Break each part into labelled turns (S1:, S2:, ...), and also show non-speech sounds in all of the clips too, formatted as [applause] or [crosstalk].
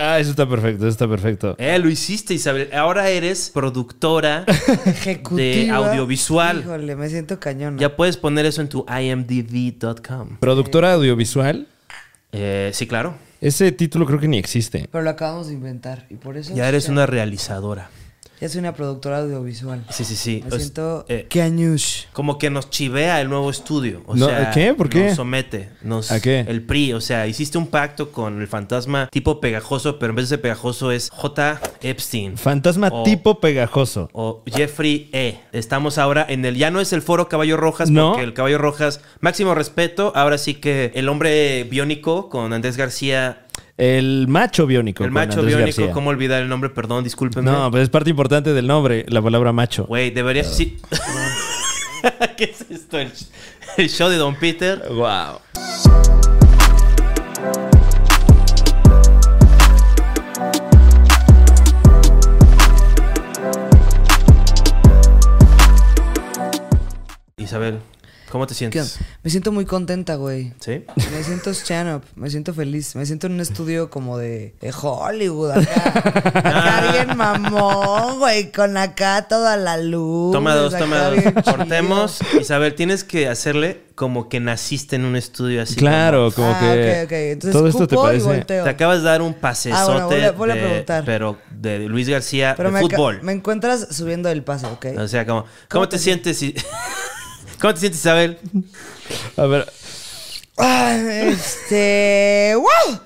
S1: Ah, eso está perfecto, eso está perfecto.
S2: Eh, lo hiciste, Isabel. Ahora eres productora
S3: Ejecutiva.
S2: de audiovisual.
S3: Híjole, me siento cañón.
S2: Ya puedes poner eso en tu imdb.com.
S1: Productora audiovisual,
S2: Eh, sí, claro.
S1: ese título creo que ni existe.
S3: Pero lo acabamos de inventar. Y por eso.
S2: Ya eres una realizadora.
S3: Ya soy una productora audiovisual.
S2: Sí, sí, sí.
S3: Me
S2: O sea,
S3: siento
S2: eh,
S3: cañush.
S2: como que nos chivea el nuevo estudio. O
S1: No,
S2: sea,
S1: ¿qué? ¿Por qué?
S2: Nos somete. Nos,
S1: ¿A qué?
S2: El PRI. O sea, hiciste un pacto con el fantasma tipo pegajoso, pero en vez de ser pegajoso es J. Epstein.
S1: Fantasma
S2: O-
S1: tipo pegajoso.
S2: o Jeffrey E. Estamos ahora en el. Ya no es el foro Caballo Rojas,
S1: No.
S2: porque el Caballo Rojas, máximo respeto. Ahora sí que el hombre biónico con Andrés García,
S1: El macho biónico.
S2: el
S1: con
S2: macho
S1: Andrés
S2: biónico,
S1: García.
S2: ¿cómo olvidar el nombre? Perdón, discúlpenme.
S1: No, pero es parte importante del nombre, la palabra macho.
S2: Güey, debería. sí. [laughs] ¿Qué es esto? El, el show de Don Peter.
S1: Wow.
S2: Isabel, ¿cómo te
S3: ¿Qué
S2: sientes?
S3: onda? Me siento muy contenta, güey.
S2: ¿Sí?
S3: Me siento stand up, me siento feliz, me siento en un estudio como de, de Hollywood
S2: [laughs]
S3: acá. Acá bien mamón, güey, con acá toda la luz.
S2: Toma dos,
S3: acá
S2: toma
S3: bien
S2: dos.
S3: chido.
S2: Cortemos. Isabel, tienes que hacerle como que naciste en un estudio así.
S1: claro, como
S3: Ah,
S1: que.
S3: ok, ok. Entonces
S1: todo esto te
S3: cupo y
S1: parece.
S3: volteo.
S2: Te acabas de dar un pasezote.
S3: Ah, bueno, vuelve- vuelve a
S2: de-
S3: preguntar.
S2: Pero de Luis García
S3: Pero
S2: de
S3: me,
S2: fútbol.
S3: aca- me encuentras subiendo el paso, ¿ok?
S2: O sea, como, ¿cómo, te, sientes? si- [laughs] ¿Cómo te sientes, Isabel?
S1: A ver,
S3: Ah, este. [laughs] ¡Wow!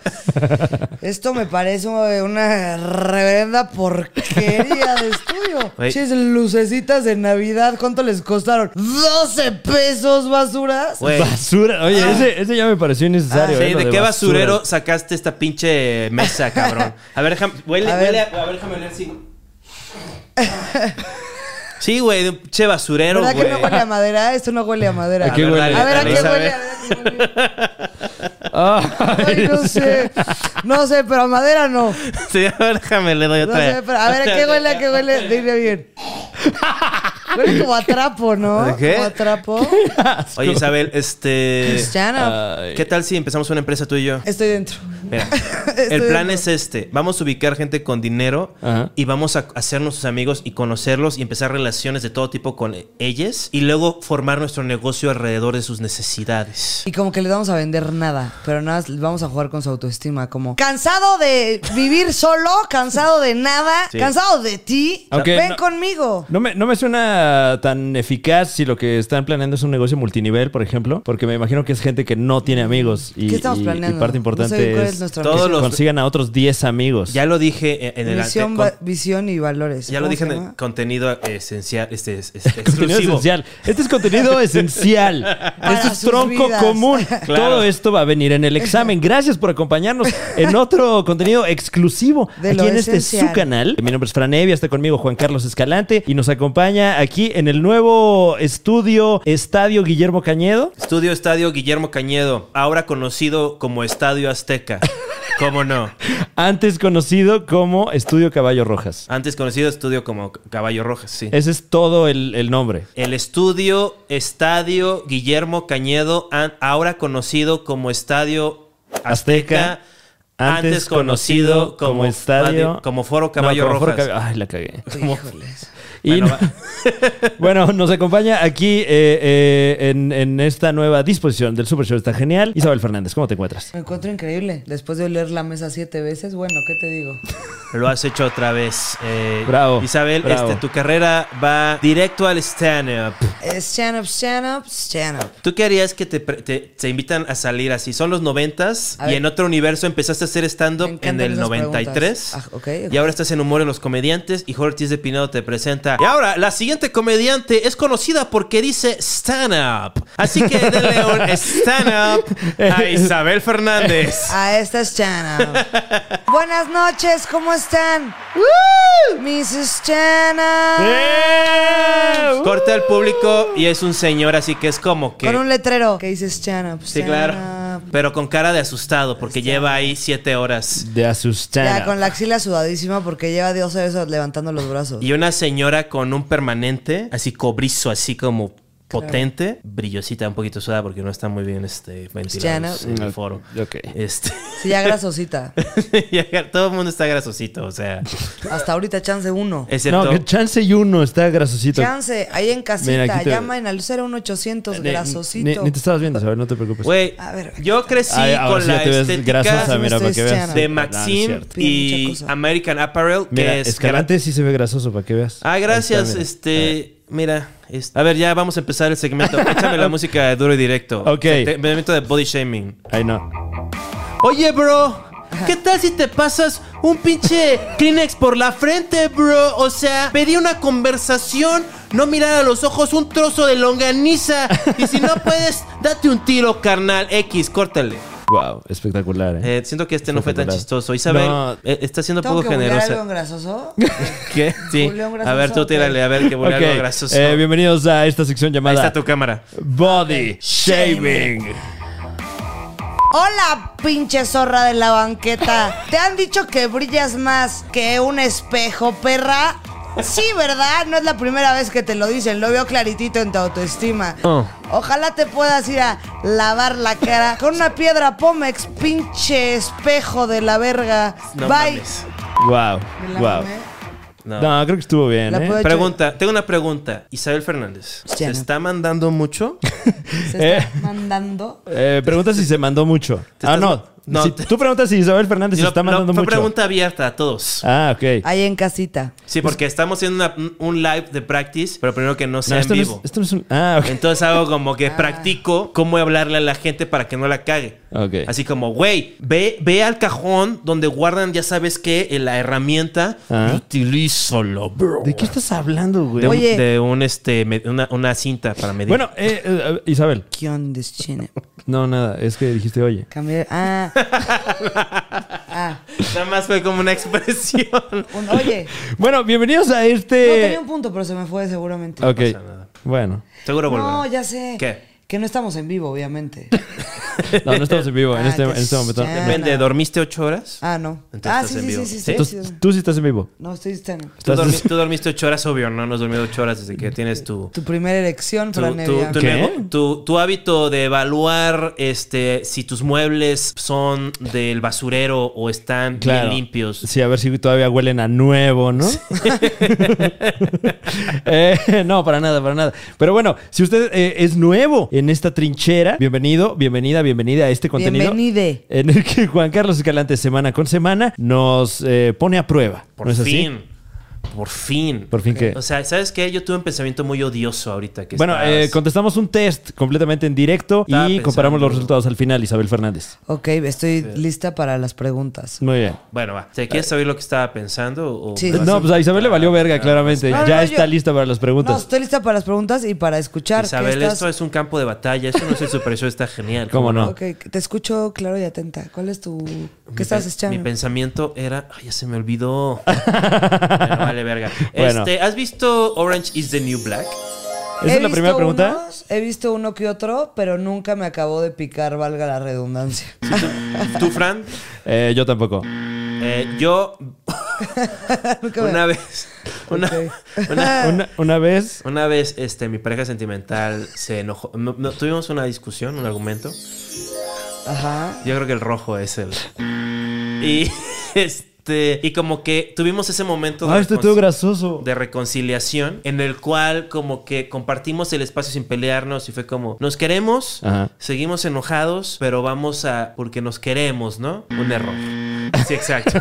S3: Esto me parece una reverenda porquería de estudio.
S2: Güey.
S3: Ches, lucecitas de Navidad, ¿cuánto les costaron? ¡12 pesos, basuras!
S2: [laughs] Güey.
S1: basura. Oye, ese, ese ya me pareció innecesario.
S2: Pues, ah. Sí,
S1: eh, lo
S2: ¿De qué
S1: basura.
S2: basurero sacaste esta pinche mesa,
S3: [laughs]
S2: cabrón? A ver, déjame, huele,
S3: A
S2: a,
S3: ver.
S2: huele, a, a ver déjame oler, sí. Sí, güey, de un pinche basurero,
S3: ¿Verdad
S2: güey.
S3: que no huele a madera? Esto no huele a madera.
S1: ¿A qué
S2: ver,
S1: huele?
S2: dale,
S3: A ver, ¿a
S2: dale,
S3: qué
S2: Isabel.
S3: huele? A ver, ¿a qué huele?
S1: Ay,
S3: Ay, no sé.
S1: [laughs]
S3: No sé, pero a madera no.
S2: Sí, a ver, déjame le doy
S3: No
S2: otra.
S3: sé, pero a ver, ¿a qué huele? ¿A qué huele? Dile bien. Huele como a trapo, ¿no?
S2: ¿A qué?
S3: Como a trapo.
S2: Oye, Isabel, este...
S3: Cristiana,
S1: Ay.
S2: ¿Qué tal si empezamos una empresa tú y yo?
S3: estoy dentro.
S2: Mira, [laughs]
S3: Estoy
S2: el plan
S3: dentro.
S2: es este. Vamos a ubicar gente con dinero
S1: Ajá.
S2: y vamos a hacernos sus amigos y conocerlos y empezar relaciones de todo tipo con ellas y luego formar nuestro negocio alrededor de sus necesidades.
S3: Y como que les vamos a vender nada, pero nada, más vamos a jugar con su autoestima, como cansado de vivir solo, cansado de nada,
S2: Sí.
S3: cansado de ti,
S1: Aunque
S3: ven
S1: no-
S3: conmigo.
S1: No me, no me suena tan eficaz si lo que están planeando es un negocio multinivel, por ejemplo, porque me imagino que es gente que no tiene amigos. Y,
S3: ¿Qué estamos
S1: y- y
S3: planeando?
S1: parte
S3: No sé
S1: importante
S3: cuál es
S1: es,
S3: nuestra
S2: Todos
S1: que
S2: los-
S1: consigan a otros 10 amigos.
S2: Ya lo dije en- en el ante-
S3: Misión,
S2: con-
S3: va- visión y valores.
S2: ya lo
S3: ¿Cómo
S2: dije
S3: se
S2: en el [laughs]
S3: llama?
S2: contenido esencial, este, es- es-
S1: [laughs] Contenido
S2: exclusivo.
S1: esencial. Este es
S2: [laughs]
S1: contenido esencial. Esto es
S3: sus
S1: tronco
S3: vidas.
S1: común.
S2: Claro.
S1: Todo esto va a venir
S2: [laughs]
S1: en el examen. Gracias por acompañarnos en otro contenido exclusivo
S3: De
S1: aquí
S3: lo
S1: en este
S3: esencial.
S1: su canal. Mi nombre es Fran Evia, está conmigo Juan Carlos Escalante y nos acompaña aquí en el nuevo estudio Estadio Guillermo Cañedo.
S2: Estudio Estadio Guillermo Cañedo, ahora conocido como Estadio Azteca. ¿Cómo no?
S1: Antes conocido como Estudio Caballo Rojas.
S2: Antes conocido estudio como Caballo Rojas, sí.
S1: Ese es todo el, el nombre.
S2: El estudio Estadio Guillermo Cañedo, an- ahora conocido como Estadio Azteca,
S1: Azteca, Antes, conocido como, Estadio.
S2: como Foro
S1: No,
S2: Caballo
S1: como Foro
S2: Rojas.
S1: Cab- Ay, la cagué.
S3: Híjoles.
S1: Y
S2: Bueno,
S1: no- [laughs] bueno, nos acompaña aquí eh, eh, en, en esta nueva disposición del Super Show. Está genial. Isabel Fernández, ¿cómo te encuentras?
S3: Me encuentro increíble. Después de oler la mesa siete veces, bueno, ¿qué te digo?
S2: Lo has hecho otra vez. eh,
S1: Bravo,
S2: Isabel,
S1: bravo.
S2: este, tu carrera va directo al stand-up.
S3: Stand up, stand up, stand up.
S2: ¿Tú qué harías que te, pre- te- te invitan a salir así? Son los noventas
S3: A
S2: y
S3: ver.
S2: en otro universo empezaste a hacer
S3: Me
S2: stand-up en
S3: encantan
S2: el
S3: esas
S2: 93.
S3: preguntas. Ah, ok, ok.
S2: Y ahora estás en Humor en los Comediantes y Jorge Ortiz de Pinedo te presenta. Y ahora, la siguiente comediante es conocida porque dice stand-up. Así que denle
S3: [laughs]
S2: un stand-up a Isabel Fernández.
S3: A esta es Chana.
S2: [laughs]
S3: Buenas noches, ¿cómo están? Mrs. Chana.
S1: ¡Eh! ¡Uh!
S2: Corta al público y es un señor, así que es como que...
S3: Con un letrero que dices Chana. pues,
S2: Sí,
S3: Chana.
S2: claro. Pero con cara de asustado porque lleva ahí siete horas.
S1: De asustar.
S3: Ya, con la axila sudadísima porque lleva 12 veces levantando los brazos.
S2: Y una señora con un permanente, así cobrizo, así como potente, brillosita, un poquito sudada porque no está muy bien este, ventilada
S3: Pues ya
S2: en
S4: no.
S1: Mm,
S2: el foro.
S4: Ok.
S2: Este, [laughs]
S3: Sí, ya grasosita.
S2: ya todo el mundo está grasosito,
S1: [laughs]
S2: o sea,
S3: Hasta ahorita chance uno.
S2: excepto...
S1: No, que chance y uno está grasosito.
S3: Chance, ahí en casita,
S1: Mira, aquí te-
S3: llamen al 01800
S1: Ni- Ni,
S3: grasosito.
S1: ni te estabas viendo, Isabel, no te preocupes.
S2: Güey,
S3: A ver, aquí
S2: yo crecí
S1: Ay, ahora
S2: con
S1: sí
S2: la
S1: ya te ves
S2: estética
S1: grasosa, mira, para que
S3: Estoy
S1: veas.
S2: de
S1: No, no es
S2: Maxim
S1: cierto.
S3: Pide
S2: y
S3: mucha cosa.
S2: American Apparel, que
S1: Mira,
S2: es
S1: Escalante sí se ve grasoso, para que veas.
S2: Ah,
S1: Ahí
S2: gracias.
S1: está, mira.
S2: este, mira, es- a ver, ya vamos a empezar el segmento. Échame
S1: [laughs]
S2: la música de duro y directo.
S1: Ok.
S2: Te- Momento de body shaming.
S1: Ahí no.
S2: Oye, bro, ¿qué tal si te pasas un pinche Kleenex por la frente, bro? O sea, pedí una conversación, no mirar a los ojos, un trozo de longaniza. Y si no puedes, date un tiro, carnal. X, córtale.
S1: Wow, espectacular, ¿eh?
S2: Eh, siento que este no fue tan
S1: Espectacular.
S2: chistoso. Isabel
S1: No.
S2: eh, está siendo
S3: ¿Tengo
S2: poco
S3: que generosa. algo
S2: generosa.
S3: en grasoso? [laughs]
S2: ¿Qué? Sí.
S3: Buleo un
S2: A ver, tú
S3: grasoso,
S2: tírale, a ver qué buleo
S1: Ok,
S2: algo grasoso.
S1: eh, bienvenidos a esta sección
S2: Ahí
S1: llamada
S2: está tu cámara.
S1: Body Shaming.
S3: Hola, pinche zorra de la banqueta. ¿Te han dicho que brillas más que un espejo, perra? Sí, ¿verdad? No es la primera vez que te lo dicen, lo veo claritito en tu autoestima.
S2: Oh.
S3: Ojalá te puedas ir a lavar la cara con una piedra Pómex, pinche espejo de la verga.
S2: No
S3: Bye.
S2: mames.
S1: Wow,
S3: Me la
S1: wow.
S3: mamé.
S2: No.
S1: No, creo que estuvo bien,
S3: La
S1: ¿eh?
S3: puedo-
S2: Pregunta, tengo una pregunta. Isabel Fernández, ¿se
S3: Ya no.
S2: está mandando mucho?
S3: Se
S1: Eh.
S3: está mandando.
S1: Eh, pregunta si se mandó mucho.
S2: Te
S1: Ah,
S2: estás-
S1: no.
S2: no,
S1: Si-
S2: te-
S1: Tú preguntas si Isabel Fernández se
S2: Lo-
S1: está
S2: lo-
S1: mandando
S2: fue
S1: mucho.
S2: pregunta abierta a todos.
S1: Ah, ok.
S3: Ahí en casita.
S2: Sí, porque estamos haciendo una- un live de practice, pero primero que no
S1: No,
S2: sea en
S1: esto, no es,
S2: vivo.
S1: esto no es un. Ah, ok.
S2: Entonces hago como
S3: [laughs] Ah.
S2: que practico cómo hablarle a la gente para que no la cague.
S1: Ok.
S2: Así como, güey, ve, ve al cajón donde guardan, ya sabes qué, eh, la herramienta
S1: Ah.
S2: y utilízalo, bro.
S1: ¿De qué estás hablando, güey?
S2: De un,
S3: Oye.
S2: de un, este, me- una, una cinta para medir.
S1: Bueno, eh, eh, eh, Isabel.
S3: ¿Qué onda, chine?
S1: No, nada. Es que dijiste, oye.
S3: Cambié- Ah.
S2: [laughs]
S3: ah.
S2: [laughs] nada más fue como una
S3: [laughs]
S2: expresión.
S3: Un- oye.
S1: Bueno, bienvenidos a
S2: Eh.
S3: No, tenía
S1: este.
S3: un punto, pero se me fue seguramente.
S1: ok.
S2: pasa nada.
S1: Bueno.
S2: Seguro volverá.
S3: No, ya sé.
S2: ¿Qué?
S3: Que no estamos en vivo, obviamente.
S1: No, no estamos en vivo en
S3: Ah,
S1: este, en
S3: que
S1: este momento.
S3: ya.
S2: Depende,
S3: no.
S2: ¿dormiste ocho horas?
S3: Ah, no.
S2: [laughs] Entonces
S3: Ah,
S2: estás
S3: sí,
S2: en
S3: sí,
S2: vivo.
S3: sí, sí,
S2: ¿Sí?
S3: sí, sí.
S1: Tú, tú sí estás en vivo.
S3: No, estoy diciendo.
S2: Tú,
S1: Estás-
S2: dormi- tú dormiste ocho horas, obvio, ¿no? No has dormido ocho horas desde que tienes tu...
S3: Tu primera elección,
S2: Tu,
S3: Fran
S2: tu-
S3: Evia.
S2: tu
S1: ¿Qué?
S2: nego- tu- tu hábito de evaluar este si tus muebles son del basurero o están
S1: Claro.
S2: bien limpios.
S1: Sí, a ver si todavía huelen a nuevo, ¿no? [laughs] Eh, no, para nada, para nada. Pero bueno, si usted eh, es nuevo en esta trinchera, bienvenido, bienvenida, bienvenida a este contenido.
S3: Bienvenide.
S1: En el que Juan Carlos Escalante, semana con semana, nos eh, pone a prueba.
S2: Por
S1: ¿No es así?
S2: fin. Por fin.
S1: Por fin que.
S2: O sea, ¿sabes qué? Yo tuve un pensamiento muy odioso ahorita. Que
S1: Bueno,
S2: estás-
S1: eh, contestamos un test completamente en directo y
S2: Estaba
S1: comparamos
S2: pensando.
S1: los resultados al final, Isabel Fernández.
S3: Ok, estoy lista para las preguntas.
S1: Muy bien.
S2: Bueno, va. ¿Te quieres saber lo que estaba pensando? O
S3: Sí.
S2: vas
S1: Eh. No,
S2: a-
S1: pues a Isabel le valió verga, claramente.
S2: pues,
S3: No, no,
S1: ya
S3: no,
S1: está
S3: yo-
S1: lista para las
S3: No,
S1: preguntas.
S3: estoy lista para las preguntas y para escuchar. que
S2: Isabel,
S3: estás-
S2: esto es un campo de batalla. Eso no es el super show, está genial.
S1: ¿Cómo no?
S3: Ok, te escucho claro y atenta. ¿Cuál es tu.
S2: Mi
S3: ¿Qué estás
S2: pen-
S3: echando?
S2: Mi pensamiento era. Ay, ya se
S1: [laughs]
S2: me olvidó. Bueno, vale, verga.
S1: Bueno.
S2: Este, ¿Has visto Orange is the New Black?
S1: ¿Esa
S3: He
S1: es la primera
S3: visto
S1: pregunta?
S3: unos, he visto uno que otro, pero nunca me acabó de picar, valga la redundancia.
S2: ¿Tú, Fran?
S1: Eh, yo tampoco.
S2: Eh, yo
S3: Nunca me-
S2: una vez, una,
S3: Ok.
S2: una,
S1: Una, una vez.
S2: una vez, este, mi pareja sentimental se enojó. No- no, tuvimos una discusión, un argumento.
S3: [laughs] Ajá.
S2: Yo creo que el rojo es el. Y [laughs] este, y como que tuvimos ese momento
S1: Ah, esto
S2: recon-
S1: todo grasoso.
S2: de reconciliación en el cual como que compartimos el espacio sin pelearnos y fue como nos queremos,
S1: Ajá.
S2: seguimos enojados, pero vamos a porque nos queremos, ¿no? Un error. Sí, exacto.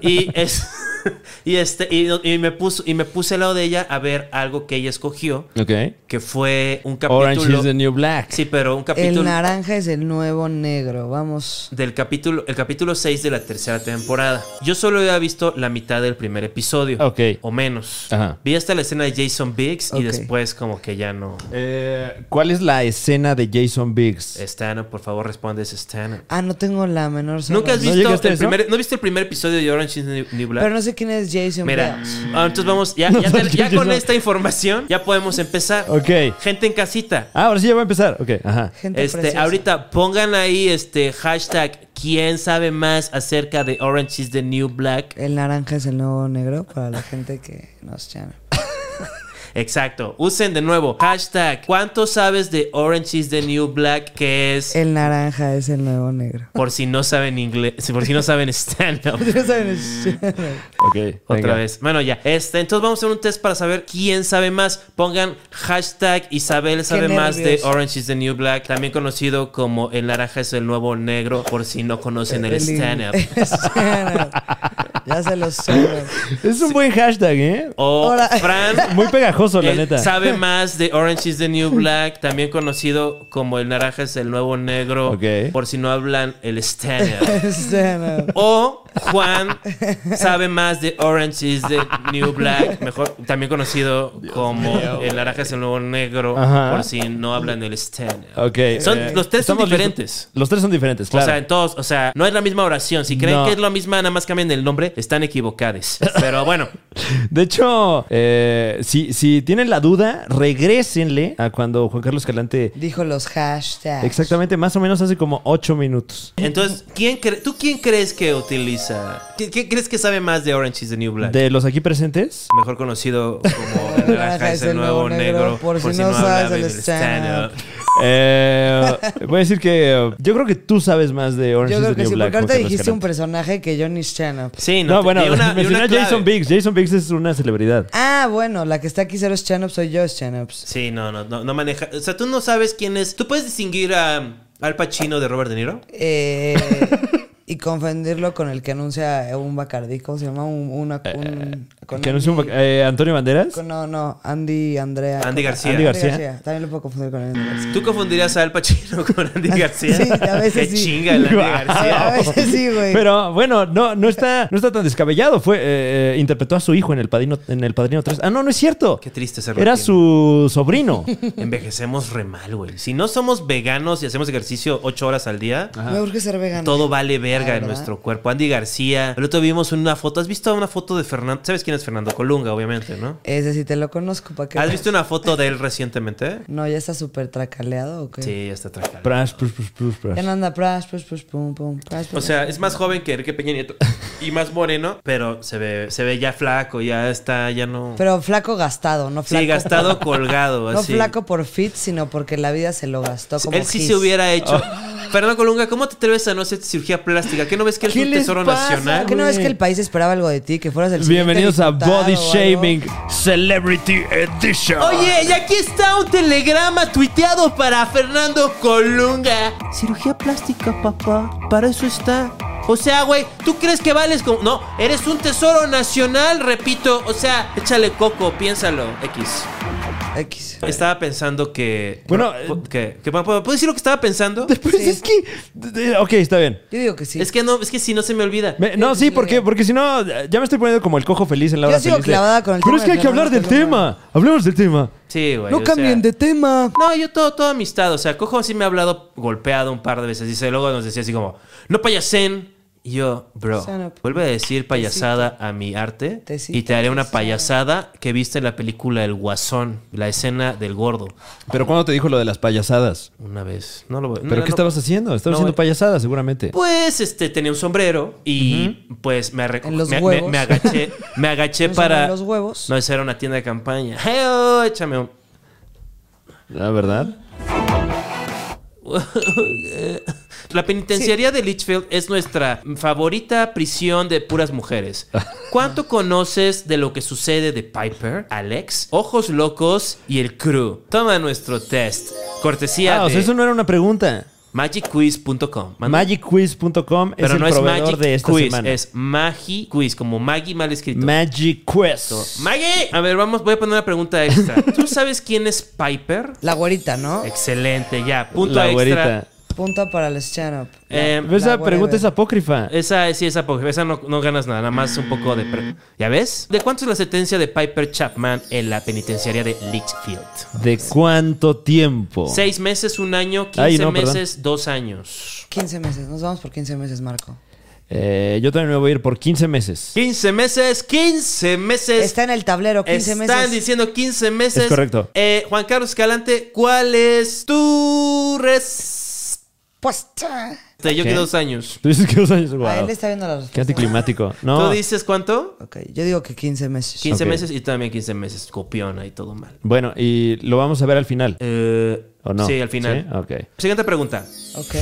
S2: y es [laughs] y este y, y me puso y me puse al lado de ella a ver algo que ella escogió,
S1: Ok.
S2: que fue un capítulo
S1: Orange is the New Black.
S2: Sí, pero un
S3: El
S2: capítulo
S3: naranja es el nuevo negro. Vamos.
S2: del capítulo, el capítulo 6 de la tercera temporada. Yo solo había visto la mitad del primer episodio.
S1: Ok.
S2: O menos.
S1: Ajá.
S2: Vi hasta la escena de Jason Biggs
S3: Ok.
S2: y después como que ya no.
S1: Eh, ¿Cuál es la escena de Jason Biggs?
S2: Stan, por favor, respondes Stan.
S3: Ah, no tengo la menor sola.
S2: ¿Nunca has
S1: ¿No
S2: visto
S1: llegaste a
S2: el
S1: eso?
S2: primer, ¿no viste el primer episodio de Orange is the New- New Black?
S3: Pero no sé quién es Jason
S2: Mira,
S3: Biggs.
S2: ah, entonces vamos, ya, ya,
S1: [laughs] No,
S2: te-
S1: yo-
S2: ya
S1: yo
S2: con
S1: no.
S2: esta información ya podemos empezar.
S1: Ok.
S2: Gente en casita.
S1: Ah, ahora sí ya va a empezar. Ok, ajá.
S3: Gente
S2: Este,
S3: preciosa.
S2: ahorita pongan ahí este hashtag quién sabe más acerca de Orange is the New Black.
S3: El naranja es el nuevo negro para la gente que nos llama.
S2: Exacto. Usen de nuevo hashtag ¿Cuánto sabes de Orange is the New Black? Que es
S3: El naranja es el nuevo negro. [laughs]
S2: por si no saben inglés, por si no saben stand-up.
S1: Ok.
S2: Otra
S1: venga.
S2: vez. Bueno, ya. Este, entonces vamos a hacer un test para saber quién sabe más. Pongan hashtag Isabel sabe más de
S3: nervios.
S2: Orange is the New Black, también conocido como el naranja es el nuevo negro, por si no conocen el, stand-up.
S3: [laughs] stand-up. ya se los sobran.
S1: Es un buen hashtag, ¿eh?
S2: O
S3: Ahora-
S2: Oh, Fran
S1: [laughs] Muy pegajoso, [laughs] la
S2: eh,
S1: neta. [laughs]
S2: sabe más de Orange is the New Black, también conocido como el naranja es el nuevo negro,
S1: Ok.
S2: por si no hablan el stand-up.
S3: Stand-up.
S2: O Juan sabe más de Orange is the New Black, mejor también conocido como El naranja es el nuevo negro,
S1: Ajá.
S2: por si no hablan el stand.
S1: Ok.
S2: Son,
S1: eh,
S2: los tres son
S1: estamos listos.
S2: diferentes.
S1: Los tres son diferentes,
S2: O
S1: claro.
S2: sea, en todos, o sea, no es la misma oración. Si creen
S1: No.
S2: que es la misma, nada más cambian el nombre, están equivocados. Pero bueno,
S1: De hecho, eh, si, si tienen la duda, regrésenle a cuando Juan Carlos Calante.
S3: Dijo los hashtags.
S1: Exactamente, más o menos hace como ocho minutos.
S2: entonces, ¿quién cre- ¿tú quién crees que utiliza? ¿Qui- ¿Quién crees que sabe más de Orange is the New Black?
S1: De los aquí presentes,
S2: Mejor conocido como El naranja es el nuevo negro, por si no
S3: sabes
S2: hablan
S3: el
S2: el
S3: stand-up.
S2: stand.
S1: eh, voy a decir que eh, yo creo que tú sabes más de Orange
S3: Yo
S1: is
S3: creo
S1: the
S3: que
S1: New
S3: sí,
S1: Black.
S3: porque ahorita
S1: Juan Carlos
S3: dijiste un
S1: Calante.
S3: personaje que yo ni stand-up.
S2: Sí, no,
S1: No, bueno, [laughs]
S2: y una- y
S1: mencioné
S2: una
S1: a
S2: clave.
S1: Jason Biggs. Jason Biggs es una celebridad.
S3: Ah, bueno, la que está aquí cero stand-up soy yo stand-ups.
S2: Sí, no, no, no, no maneja. O sea, tú no sabes quién es. ¿Tú puedes distinguir a Al Pacino de Robert De Niro?
S3: Eh, y confundirlo con el que anuncia un Bacardí, ¿cómo se llama? Un, una-
S2: Eh,
S3: un- con
S1: Que no es un- eh, Antonio Banderas.
S3: con- no, no, Andy Andrea.
S2: Andy García.
S1: Andy García.
S3: También lo puedo confundir con Andy García.
S2: ¿Tú confundirías a Al Pacino [laughs] con Andy García?
S3: Sí, a veces
S2: Qué
S3: sí.
S2: chinga el Andy
S1: Guau.
S3: [laughs] A
S2: García.
S3: veces sí, güey.
S1: Pero bueno, no, no, está, no está tan descabellado. Fue, eh, eh, interpretó a su hijo en el, padrino, en el Padrino 3. Ah, no, no es cierto.
S2: Qué triste ser
S1: Era
S2: latino.
S1: su
S3: [laughs]
S1: sobrino.
S2: Envejecemos re mal, güey. Si no somos veganos y hacemos ejercicio ocho horas al día,
S3: Me urge ser vegano.
S2: todo vale verga
S3: Ah,
S2: en
S3: ¿verdad?
S2: nuestro cuerpo. Andy García. El otro día vimos una foto. ¿Has visto una foto de Fernando? ¿Sabes quién es Fernando Colunga, obviamente, no?
S3: Ese sí te lo conozco, ¿para qué?
S2: ¿Has visto una foto de él recientemente?
S3: No, ya está súper tracaleado o qué?
S2: Sí, ya está tranquilo.
S1: Pras, prus, prus, prus, pras.
S3: Ya no anda pras, pras, pras, pum, pum, pras,
S2: O
S3: pras.
S2: sea, es más joven que Enrique Peña Nieto y más moreno, pero se ve, se ve ya flaco, ya está, ya no.
S3: Pero flaco gastado, no flaco.
S2: sí, gastado colgado,
S3: [laughs] No
S2: así.
S3: flaco por fit, sino porque la vida se lo gastó como
S2: Él sí
S3: gis.
S2: se hubiera hecho. Fernando Colunga, ¿cómo te atreves a no hacer cirugía plástica? ¿Qué no ves que es
S1: ¿Qué
S2: un
S1: les
S2: tesoro
S1: pasa?
S2: nacional?
S3: ¿Qué no es que el país esperaba algo de ti? Que fueras el siguiente
S1: Bienvenidos a
S3: diputado
S1: Body
S3: o algo?
S1: Shaming Celebrity Edition.
S2: Oye, y aquí está un telegrama tuiteado para Fernando Colunga. Cirugía plástica, papá. Para eso está. O sea, güey, ¿tú crees que vales como.? No, eres un tesoro nacional, repito. O sea, échale coco, piénsalo. X.
S3: X.
S2: Estaba pensando que.
S1: Bueno,
S3: eh,
S2: que, que- ¿puedo decir lo que estaba pensando?
S1: Pues es que. eh, Ok, está bien.
S3: Yo digo que sí.
S2: Es que no, es que si no se me olvida.
S1: Me- no, sí, porque, porque si no, eh, ya me estoy poniendo como el cojo feliz en la
S3: Yo
S1: hora
S3: sigo
S1: feliz de-
S3: clavada con el
S1: Pero
S3: tema
S1: es que
S3: de
S1: hay que hablar del
S3: Fernando
S1: tema. Hablemos del tema.
S2: Sí, güey.
S3: no
S2: o
S3: cambien
S2: sea-
S3: de tema.
S2: No, yo todo, todo amistad. O sea, Cojo sí me ha hablado golpeado un par de veces. Dice, luego nos decía así como, no payasen. Y yo, bro,
S3: Stand up.
S2: vuelve a decir payasada a mi arte
S3: Te cito,
S2: y te haré
S3: te
S2: una
S3: cito.
S2: payasada que viste en la película El Guasón, la escena del gordo.
S1: Pero ¿cuándo te dijo lo de las payasadas?
S2: Una vez. No lo voy
S1: ¿Pero
S2: no,
S1: qué
S2: no.
S1: estabas haciendo? Estabas
S2: No, eh.
S1: haciendo
S2: güey.
S1: payasadas, seguramente.
S2: Pues este tenía un sombrero y pues me, arre-
S3: En los
S2: me- me-
S3: huevos.
S1: [laughs]
S2: me agaché, me agaché
S3: ¿No se
S2: para
S3: llaman los huevos?
S2: No, esa era una tienda de campaña. [laughs] ¡Eo! Échame un
S1: La verdad.
S2: La penitenciaría de Litchfield es nuestra favorita prisión de puras mujeres. ¿Cuánto conoces de lo que sucede de Piper, Alex, Ojos Locos y el crew? Toma nuestro test. Cortesía
S1: Ah, o sea,
S2: de
S1: eso no era una pregunta.
S2: magicquiz.com. Manda-
S1: MagicQuiz.com es
S2: Pero
S1: el
S2: no es
S1: proveedor
S2: Magic
S1: de esta
S2: Quiz,
S1: semana.
S2: es Magi Quiz, como Maggie mal escrito.
S1: Magic Quiz.
S2: Maggie. A ver, vamos, voy a poner una pregunta extra. ¿Tú sabes quién es Piper?
S3: La güerita, ¿no?
S2: Eh. Excelente, ya. Punto
S1: La
S2: extra.
S1: güerita.
S3: Punta para el stand-up.
S2: Eh,
S1: Esa
S3: La
S1: pregunta
S3: whatever.
S1: es apócrifa.
S2: Esa es- sí, esa, porque esa no, no ganas nada, nada más un poco de... pre- ¿Ya ves? ¿De cuánto es la sentencia de Piper Chapman en la penitenciaria de Litchfield?
S1: ¿De cuánto tiempo?
S2: Seis meses, un año, quince
S1: Oh. Ay, no, perdón.
S2: meses, dos años.
S3: 15 meses. Nos vamos por 15 meses, Marco.
S1: Eh, yo también me voy a ir por 15 meses.
S2: Quince meses, quince meses.
S3: Está en el tablero 15
S2: Están
S3: meses.
S2: diciendo 15 meses.
S1: Es correcto.
S2: Eh, Juan Carlos Escalante, ¿cuál es tu respuesta?
S3: puesta.
S2: Te- Yo
S1: Ok.
S2: que dos años.
S1: Tú dices que dos años, wow.
S3: A Pues, Ah, él le está viendo la
S1: Qué
S2: [laughs]
S1: anticlimático. No.
S2: ¿Tú dices cuánto?
S3: Ok, yo digo que 15 meses.
S2: 15
S1: Ok.
S2: meses y también 15 meses. Copiona y todo mal.
S1: Bueno, y lo vamos a ver al final.
S2: Eh,
S1: ¿O no?
S2: Sí, al final.
S1: ¿Sí? Ok.
S2: Siguiente pregunta.
S3: Ok.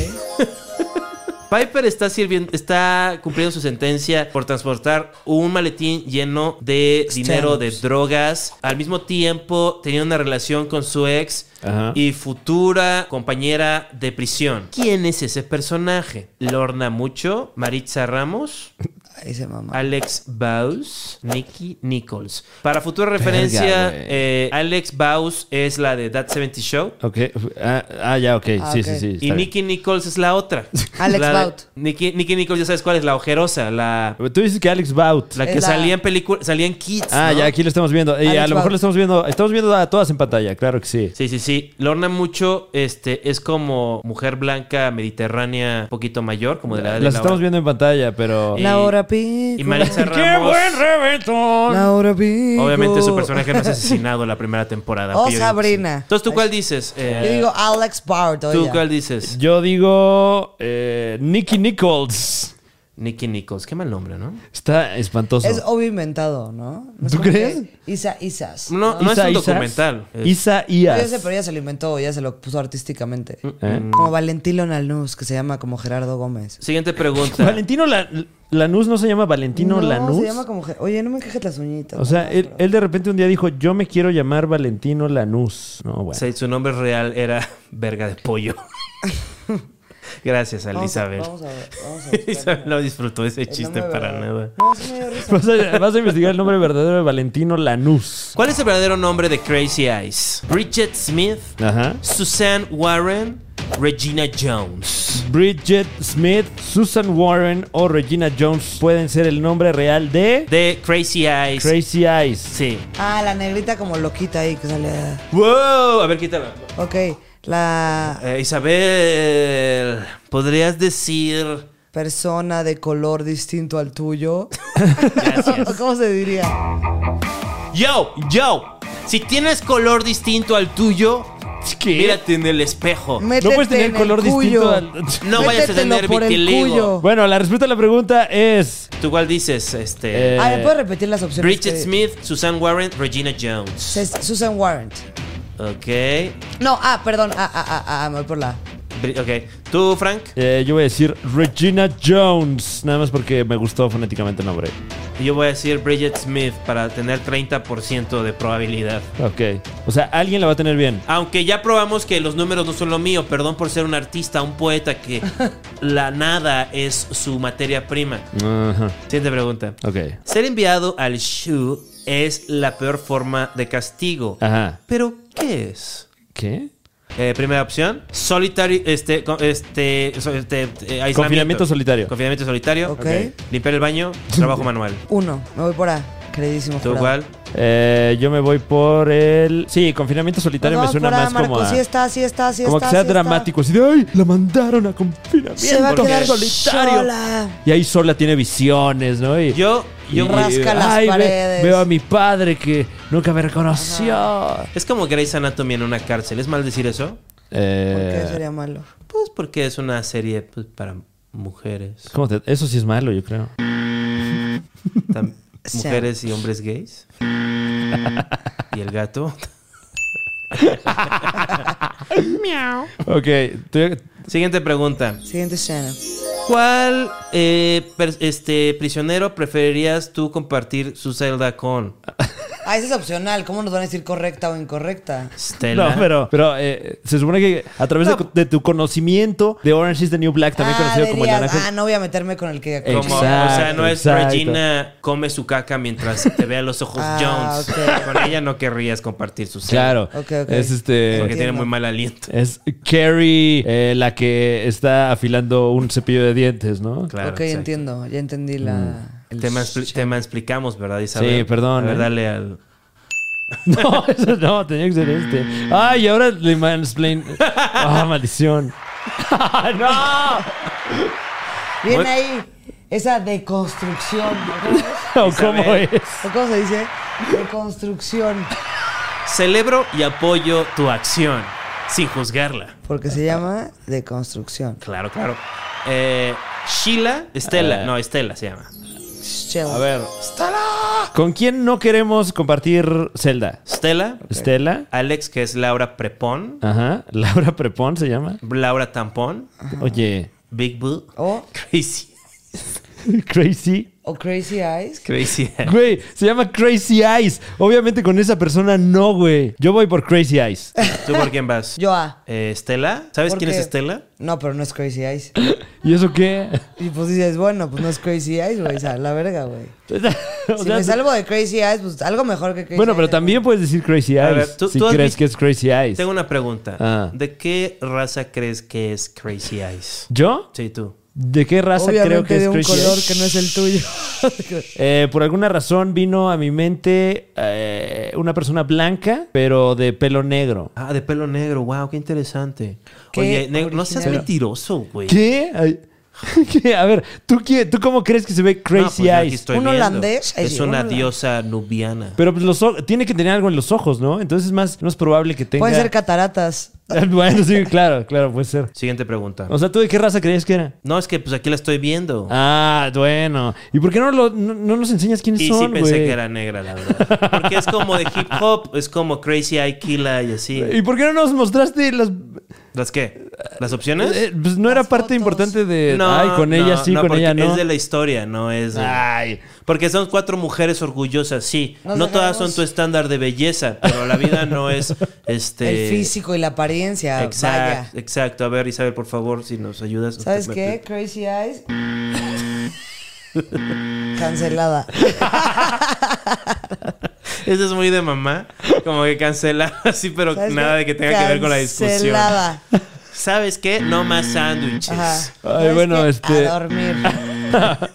S2: Piper está sirviendo, está cumpliendo su sentencia por transportar un maletín lleno de dinero, de drogas. Al mismo tiempo, tenía una relación con su ex
S1: Ajá.
S2: y futura compañera de prisión. ¿Quién es ese personaje? Lorna Mucho, Maritza Ramos,
S3: Ahí se mamá.
S2: Alex Baus, Nicky Nichols. Para futura referencia,
S1: güey.
S2: eh, Alex Baus es la de That 70 Show.
S1: Ok. Ah, ah, ya, ok.
S3: Ah,
S1: sí,
S3: ok.
S1: sí, sí, está
S2: Y
S1: bien.
S2: Nicky Nichols es la otra.
S3: [laughs] Alex
S2: La de-
S3: Baut.
S2: Nicky, Nicky Nichols, ya sabes cuál es, la ojerosa, la,
S1: Tú dices que Alex Baut.
S2: la que
S3: Es la-
S2: salía en película, salía en Kids.
S1: Ah,
S2: ¿no?
S1: ya, aquí lo estamos viendo. Y a
S3: Alex
S1: lo mejor
S3: Baut.
S1: lo estamos viendo. Estamos viendo a todas en pantalla, claro que sí.
S2: Sí, sí, sí. Lorna Mucho este, es como mujer blanca mediterránea, un poquito mayor, como de la edad de
S1: Las
S2: Laura.
S1: estamos viendo en pantalla, pero.
S2: Y-
S3: Laura
S2: Y
S3: Pico.
S2: Maritza Ramos.
S1: reventón!
S3: Laura Pico.
S2: Obviamente su personaje no es asesinado la primera temporada.
S3: Oh,
S2: que yo digo que
S3: Sabrina.
S2: sí. Entonces, ¿tú cuál dices? Eh,
S3: Yo digo Alex Bardo.
S2: ¿Tú
S3: ya.
S2: cuál dices?
S1: Yo digo. eh, Nicky Nichols.
S2: Nicky Nichols. Qué mal nombre, ¿no?
S1: Está espantoso.
S3: Es obvio inventado, ¿no? ¿No es
S1: ¿Tú
S3: como
S1: crees?
S3: que Isa Isas.
S2: No, no es
S1: Isa
S2: un
S1: Isas.
S2: documental. Es-
S1: Isa
S3: Yo
S1: Ias.
S3: sé, pero ella se lo inventó, ella se lo puso artísticamente.
S1: ¿Eh?
S2: Mm.
S3: Como Valentino Lanús, que se llama como Gerardo Gómez.
S1: [laughs]
S2: Siguiente pregunta.
S1: Valentino La- Lanús no se llama Valentino
S3: no,
S1: Lanús.
S3: se llama como... Ge- Oye, no me encajes las uñitas.
S1: O sea, él, él de repente un día dijo, yo me quiero llamar Valentino Lanús. No, bueno.
S2: Sí, su nombre real era Verga de Pollo. [laughs] Gracias a
S3: Vamos a-
S2: Isabel.
S3: Vamos a ver,
S2: [laughs]
S3: vamos a ver.
S2: Isabel no disfrutó ese
S3: El
S2: chiste
S3: nombre
S2: para
S3: verdadero.
S2: nada.
S3: No, sí me dio
S1: [laughs]
S3: risa.
S1: Vas a, vas a investigar el nombre verdadero de Valentino Lanús.
S2: ¿Cuál es el verdadero nombre de Crazy Eyes? Bridget Smith,
S1: Ajá.
S2: Suzanne Warren, Regina Jones.
S1: Bridget Smith, Susan Warren o Regina Jones pueden ser el nombre real de
S2: De Crazy Eyes.
S1: Crazy Eyes.
S2: Sí.
S3: Ah, la negrita como loquita ahí que sale... ah.
S2: ¡Wow! A ver, quítala.
S3: Ok, la
S2: Eh, Isabel, ¿podrías decir
S3: persona de color distinto al tuyo. [laughs]
S2: Gracias.
S3: ¿Cómo se diría?
S2: Yo, yo, si tienes color distinto al tuyo, mírate en el espejo.
S1: No puedes
S3: Métete
S1: tener
S3: en el
S1: color distinto
S3: cuyo.
S1: al...
S2: No vayas a
S3: Métetelo
S2: tener
S3: por el
S2: vitiligo.
S3: cuyo.
S1: Bueno, la respuesta a la pregunta es...
S2: ¿Tú cuál dices? Este.
S1: Eh,
S3: Ah, ¿me puedes repetir las opciones?
S2: Bridget
S3: que-
S2: Smith, Susan Warren, Regina Jones.
S3: Ses- Susan Warren.
S2: Ok.
S3: No, ah, perdón. Ah, ah, ah, ah, me voy por la.
S2: Bri- Ok. ¿Tú, Frank?
S1: eh, yo voy a decir Regina Jones, nada más porque me gustó fonéticamente el nombre.
S2: Yo voy a decir Bridget Smith para tener 30% de probabilidad.
S1: Ok. O sea, alguien la va a tener bien.
S2: Aunque ya probamos que los números no son lo mío, perdón por ser un artista, un poeta que la nada es su materia prima.
S1: Ajá.
S2: Siguiente pregunta.
S1: Ok.
S2: Ser enviado al Shu es la peor forma de castigo.
S1: Ajá.
S2: Pero, ¿qué es?
S1: ¿Qué?
S2: Eh, primera opción, solitary, este, co- este, so- este, eh, aislamiento.
S1: Confinamiento solitario.
S2: Confinamiento solitario.
S3: Ok.
S2: Limpiar el baño, trabajo manual.
S3: Uno, me voy por A. Queridísimo.
S2: ¿Tú cuál?
S3: jurado.
S1: Eh, yo me voy por el... Sí, confinamiento solitario
S3: Nos
S1: me suena
S3: vamos por A,
S1: más
S3: Pues Marco.
S1: como a...
S3: Sí está, sí está, sí
S1: como
S3: está.
S1: que sea
S3: sí está.
S1: dramático, así de, ay, la mandaron a confinamiento
S3: Se va a quedar
S1: solitario.
S3: sola.
S1: Y ahí sola tiene visiones, ¿no? Y,
S2: Yo, yo
S1: y-
S3: Rasca las
S1: ve-
S3: paredes".
S1: veo a mi padre que nunca me reconoció.
S2: Es como Grey's Anatomy en una cárcel. ¿Es mal decir eso?
S3: ¿Por
S1: Eh,
S3: qué sería malo?
S2: Pues porque es una serie pues, para mujeres.
S1: ¿cómo te- eso sí es malo, yo
S3: [laughs]
S1: creo. [laughs]
S2: Tam-
S3: Sí.
S2: mujeres y hombres gays. [laughs] y el gato.
S1: Ok, tú-
S2: Siguiente pregunta.
S3: Siguiente escena.
S2: ¿Cuál eh, per- este, prisionero preferirías tú compartir su celda con?
S3: Ah, esa es opcional. ¿Cómo nos van a decir correcta o incorrecta?
S2: Stella.
S1: no, pero, pero eh, se supone que a través de, de tu conocimiento de Orange is the New Black, también
S3: ah,
S1: conocido como el
S3: dirías,
S1: naranja.
S3: Ah, no voy a meterme con el que...
S1: Eh,
S2: Como, o sea, no es
S1: Exacto, exacto.
S2: Regina come su caca mientras te vea los ojos
S3: [laughs] Ah,
S2: Jones.
S3: ok.
S2: Con ella no querrías compartir su celda.
S1: claro,
S3: Ok, ok.
S1: es este.
S2: Porque tiene
S3: Entiendo.
S2: muy mal aliento.
S1: Es Carrie eh, la que está afilando un cepillo de dientes, ¿no?
S2: Claro.
S3: [laughs] ok,
S2: exacto.
S3: entiendo. Ya entendí la...
S1: Mm.
S3: el
S2: Te,
S3: sh-
S2: manspli- te mansplicamos, ¿verdad, Isabel?
S1: Sí, perdón,
S2: A ver,
S1: ¿eh?
S2: dale al.
S1: [laughs] No, eso no, tenía que ser este. Ay, y ahora le mansplain. Ah, maldición. [laughs] ¡No!
S3: Bien ahí. Esa deconstrucción. ¿no?
S1: ¿O ¿Cómo
S2: Isabel.
S1: es?
S3: ¿Cómo se dice? Deconstrucción.
S2: Celebro y apoyo tu acción. sin juzgarla.
S3: Porque se llama de construcción.
S2: Claro, claro. Eh, Sheila, Estela,
S1: Ah.
S2: no, Estela se llama.
S1: A ver. ¿Con quién no queremos compartir celda?
S2: Estela,
S1: Estela.
S2: Alex, que es Laura Prepón,
S1: Ajá. Laura Prepón se llama.
S2: Laura Tampón,
S1: Oye. [laughs]
S2: Big Boo, [laughs]
S3: O,
S2: Crazy,
S1: Crazy.
S3: o Crazy Eyes.
S2: Crazy.
S1: Güey, se llama Crazy Eyes. Obviamente con esa persona no, güey. Yo voy por Crazy Eyes.
S2: ¿Tú por quién vas?
S3: Yo A.
S2: Eh, Estela, ¿sabes
S3: ¿Por
S2: quién es
S3: qué?
S2: Estela?
S3: No, pero no es Crazy Eyes.
S1: ¿Y eso qué?
S3: Y pues dices, bueno, pues no es Crazy Eyes, güey. o sea, la verga, güey.
S1: O sea,
S3: Si me salvo de Crazy Eyes, pues algo mejor que Crazy
S1: bueno, pero
S3: Eyes.
S1: también puedes decir Crazy
S2: A
S1: Eyes
S2: ver, ¿tú-
S1: si
S2: tú has
S1: crees
S2: visto-
S1: que es Crazy Eyes.
S2: Tengo una pregunta.
S1: Ah.
S2: ¿De qué raza crees que es Crazy Eyes?
S1: ¿Yo?
S2: Sí, tú.
S1: ¿De qué raza
S3: Obviamente
S1: creo que
S3: de
S1: es
S3: un
S1: Crazy
S3: color
S1: Eyes?
S3: que no es el tuyo. [laughs]
S1: Eh, por alguna razón vino a mi mente eh, una persona blanca, pero de pelo negro.
S2: Ah, de pelo negro, wow, qué interesante.
S3: Qué
S2: Oye, ne- no seas
S3: original.
S2: mentiroso, güey.
S1: ¿Qué? Ay, [laughs] ¿qué? A ver, ¿tú, qué- ¿tú cómo crees que se ve
S2: No,
S1: Crazy
S2: pues, yo aquí
S1: Eyes?
S2: estoy
S3: ¿Un
S2: viendo.
S3: holandés? Ay,
S2: Es
S3: sí, un
S2: una
S3: holandés.
S2: diosa nubiana.
S1: Pero pues, los ojos- tiene que tener algo en los ojos, ¿no? Entonces es más, más probable que tenga...
S3: Pueden ser cataratas.
S1: [laughs] Bueno, sí, claro, claro, puede ser.
S2: Siguiente pregunta.
S1: O sea, ¿tú de qué raza creías que era?
S2: No, es que pues aquí la estoy viendo.
S1: Ah, bueno. ¿Y por qué no, lo- no, no nos enseñas quiénes
S2: y
S1: son,
S2: sí pensé
S1: güey?
S2: que era negra, la verdad. Porque es como de hip hop, es como Crazy Eye Killa y así.
S1: ¿Y por qué no nos mostraste las...
S2: ¿Las qué? ¿Las opciones?
S1: eh, pues no era
S3: Las
S1: parte
S3: fotos.
S1: importante de... Ay, con ella
S2: no,
S1: sí,
S2: no,
S1: con
S2: porque
S1: ella no. Ah.
S2: Es de la historia, no es. de-
S1: Ay.
S2: Porque son cuatro mujeres orgullosas, sí.
S3: Nos
S2: no todas son
S3: dejamos-
S2: tu estándar de belleza, pero la vida no es este.
S3: [laughs] El físico y la apariencia.
S2: Exacto,
S3: Vaya.
S2: exacto. A ver, Isabel, por favor, si nos ayudas.
S3: ¿Sabes
S2: Te-
S3: qué? Crazy
S2: [laughs]
S3: Eyes.
S2: [laughs]
S3: Cancelada.
S2: Eso es muy de mamá. Como que cancela [laughs] así, pero
S3: ¿Sabes
S2: nada
S3: qué?
S2: de que tenga que ver con la discusión.
S3: Cancelada.
S2: ¿Sabes qué? No más sándwiches.
S3: Ajá.
S1: Ay,
S3: ¿Sabes
S1: bueno,
S3: qué?
S1: este-
S3: A
S1: [laughs]
S3: dormir.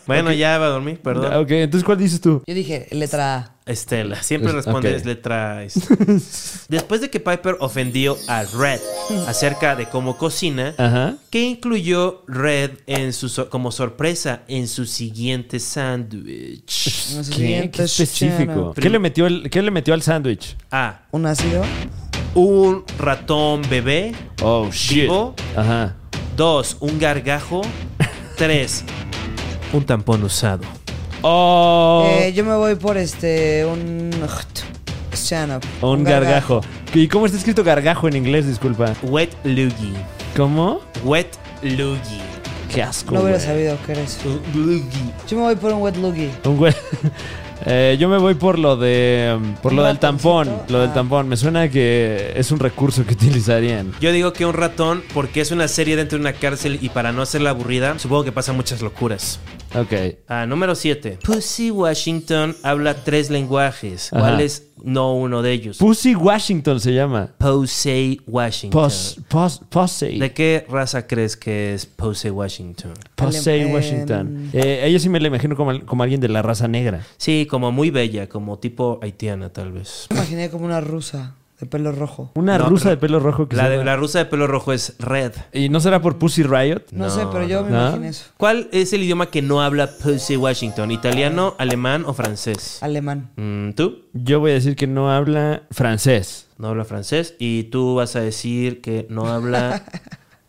S2: Bueno, ya va a dormir, perdón.
S1: Ok, entonces, ¿cuál dices tú?
S3: Yo dije, letra A.
S2: Estela, siempre
S1: Es-
S2: respondes
S1: ok.
S2: letra. es-
S1: [laughs]
S2: Después de que Piper ofendió a Red acerca de cómo cocina,
S1: Ajá.
S2: ¿qué incluyó Red en su so- como sorpresa en su siguiente sándwich?
S3: No sé,
S1: ¿Qué,
S3: siguiente
S1: específico?
S3: chano.
S1: ¿Qué le, metió el- ¿Qué le metió al sándwich?
S2: A.
S3: ¿Un ácido?
S2: Un ratón bebé.
S1: Oh, shit.
S2: ¿Vivo?
S1: Ajá.
S3: Eh,
S2: Dos, Un
S1: [laughs]
S2: gargajo. Tres, Un tampón usado.
S1: Oh,
S3: Eh, yo me voy por este. Un. Stand up.
S1: un, gargajo. ¿Y cómo está escrito gargajo en inglés? Disculpa.
S2: Wet loogie.
S1: ¿Cómo?
S2: Wet loogie.
S1: Qué asco.
S3: No hubiera
S1: güey.
S3: sabido qué eres.
S2: Loogie.
S3: Yo me voy por un wet loogie.
S1: Un güey. [laughs] Eh, yo me voy por lo de. mm, Por lo
S3: ¿Un
S1: del tampón.
S3: ratoncito?
S1: Lo del
S3: Ah.
S1: tampón. Me suena que es un recurso que [laughs] utilizarían.
S2: Yo digo que un ratón porque es una serie dentro de una cárcel y para no hacerla aburrida, supongo que pasan muchas locuras.
S1: Ok.
S2: Ah, número 7. Pussy Washington habla tres lenguajes.
S1: Ajá.
S2: ¿Cuál es no uno de ellos?
S1: Pussy Washington se llama.
S2: Posey Washington.
S1: Pos, pos, Posey.
S2: ¿De qué raza crees que es Posey Washington?
S1: Posey
S3: Alem-
S1: Washington. Eh, ella sí me la imagino como, al- como alguien de la raza negra.
S2: Sí, como muy bella, como tipo haitiana tal vez.
S3: Me imaginé como una rusa de pelo rojo.
S1: Una
S2: No,
S1: rusa
S2: pero-
S1: de pelo rojo que
S2: La,
S1: se
S2: de-
S1: llama-
S2: la rusa de pelo rojo es Red.
S1: ¿Y no será por Pussy Riot?
S3: No,
S2: No,
S3: sé, pero yo me
S1: no.
S3: imaginé eso.
S2: ¿Cuál es el idioma que no habla Posey Washington? ¿Italiano, alemán o francés?
S3: Alemán.
S2: Mm, ¿Tú?
S1: Yo voy a decir que no habla francés.
S2: No habla francés y tú vas a decir que no
S3: [laughs]
S2: habla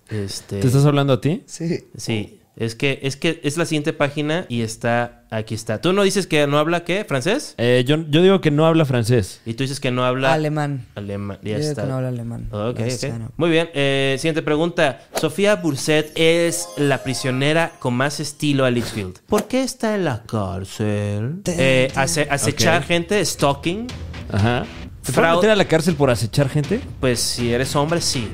S2: este
S1: ¿Te estás hablando a ti?
S3: Sí.
S2: Sí, es que es que es la siguiente página y está aquí está. Tú no dices que no habla qué, francés?
S1: Eh, yo, yo digo que no habla francés.
S2: Y tú dices que no habla
S3: Alemán.
S2: alemán.
S3: Yo
S2: Ya
S3: digo
S2: está.
S3: que no habla alemán.
S2: Ok,
S3: No,
S2: ok.
S3: sí, no.
S2: Muy bien. eh, siguiente pregunta. Sofía Burset es la prisionera con más estilo a Litfield. ¿Por qué está en la cárcel? Eh, ace- acechar
S1: Ok.
S2: gente, stalking.
S1: Ajá. ¿Te
S2: Fraude-
S1: pueden meter a la cárcel por acechar gente?
S2: Pues si eres hombre, sí.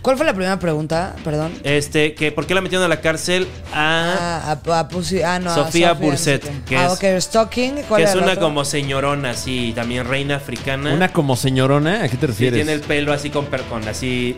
S3: ¿Cuál fue la primera pregunta? Perdón.
S2: Este, que ¿por qué la metieron a la cárcel? Ah,
S3: Ah, a, a Pussy- ah, no, a
S2: Sofía
S3: no sé
S2: Burset,
S3: qué.
S2: que
S3: ah,
S2: es-
S3: ok, Stalking. ¿Cuál
S2: que es
S3: era la
S2: una
S3: otra?
S2: como señorona, sí, también reina africana.
S1: ¿Una como señorona? ¿A qué te
S2: Sí,
S1: refieres?
S2: tiene el pelo así con percón, así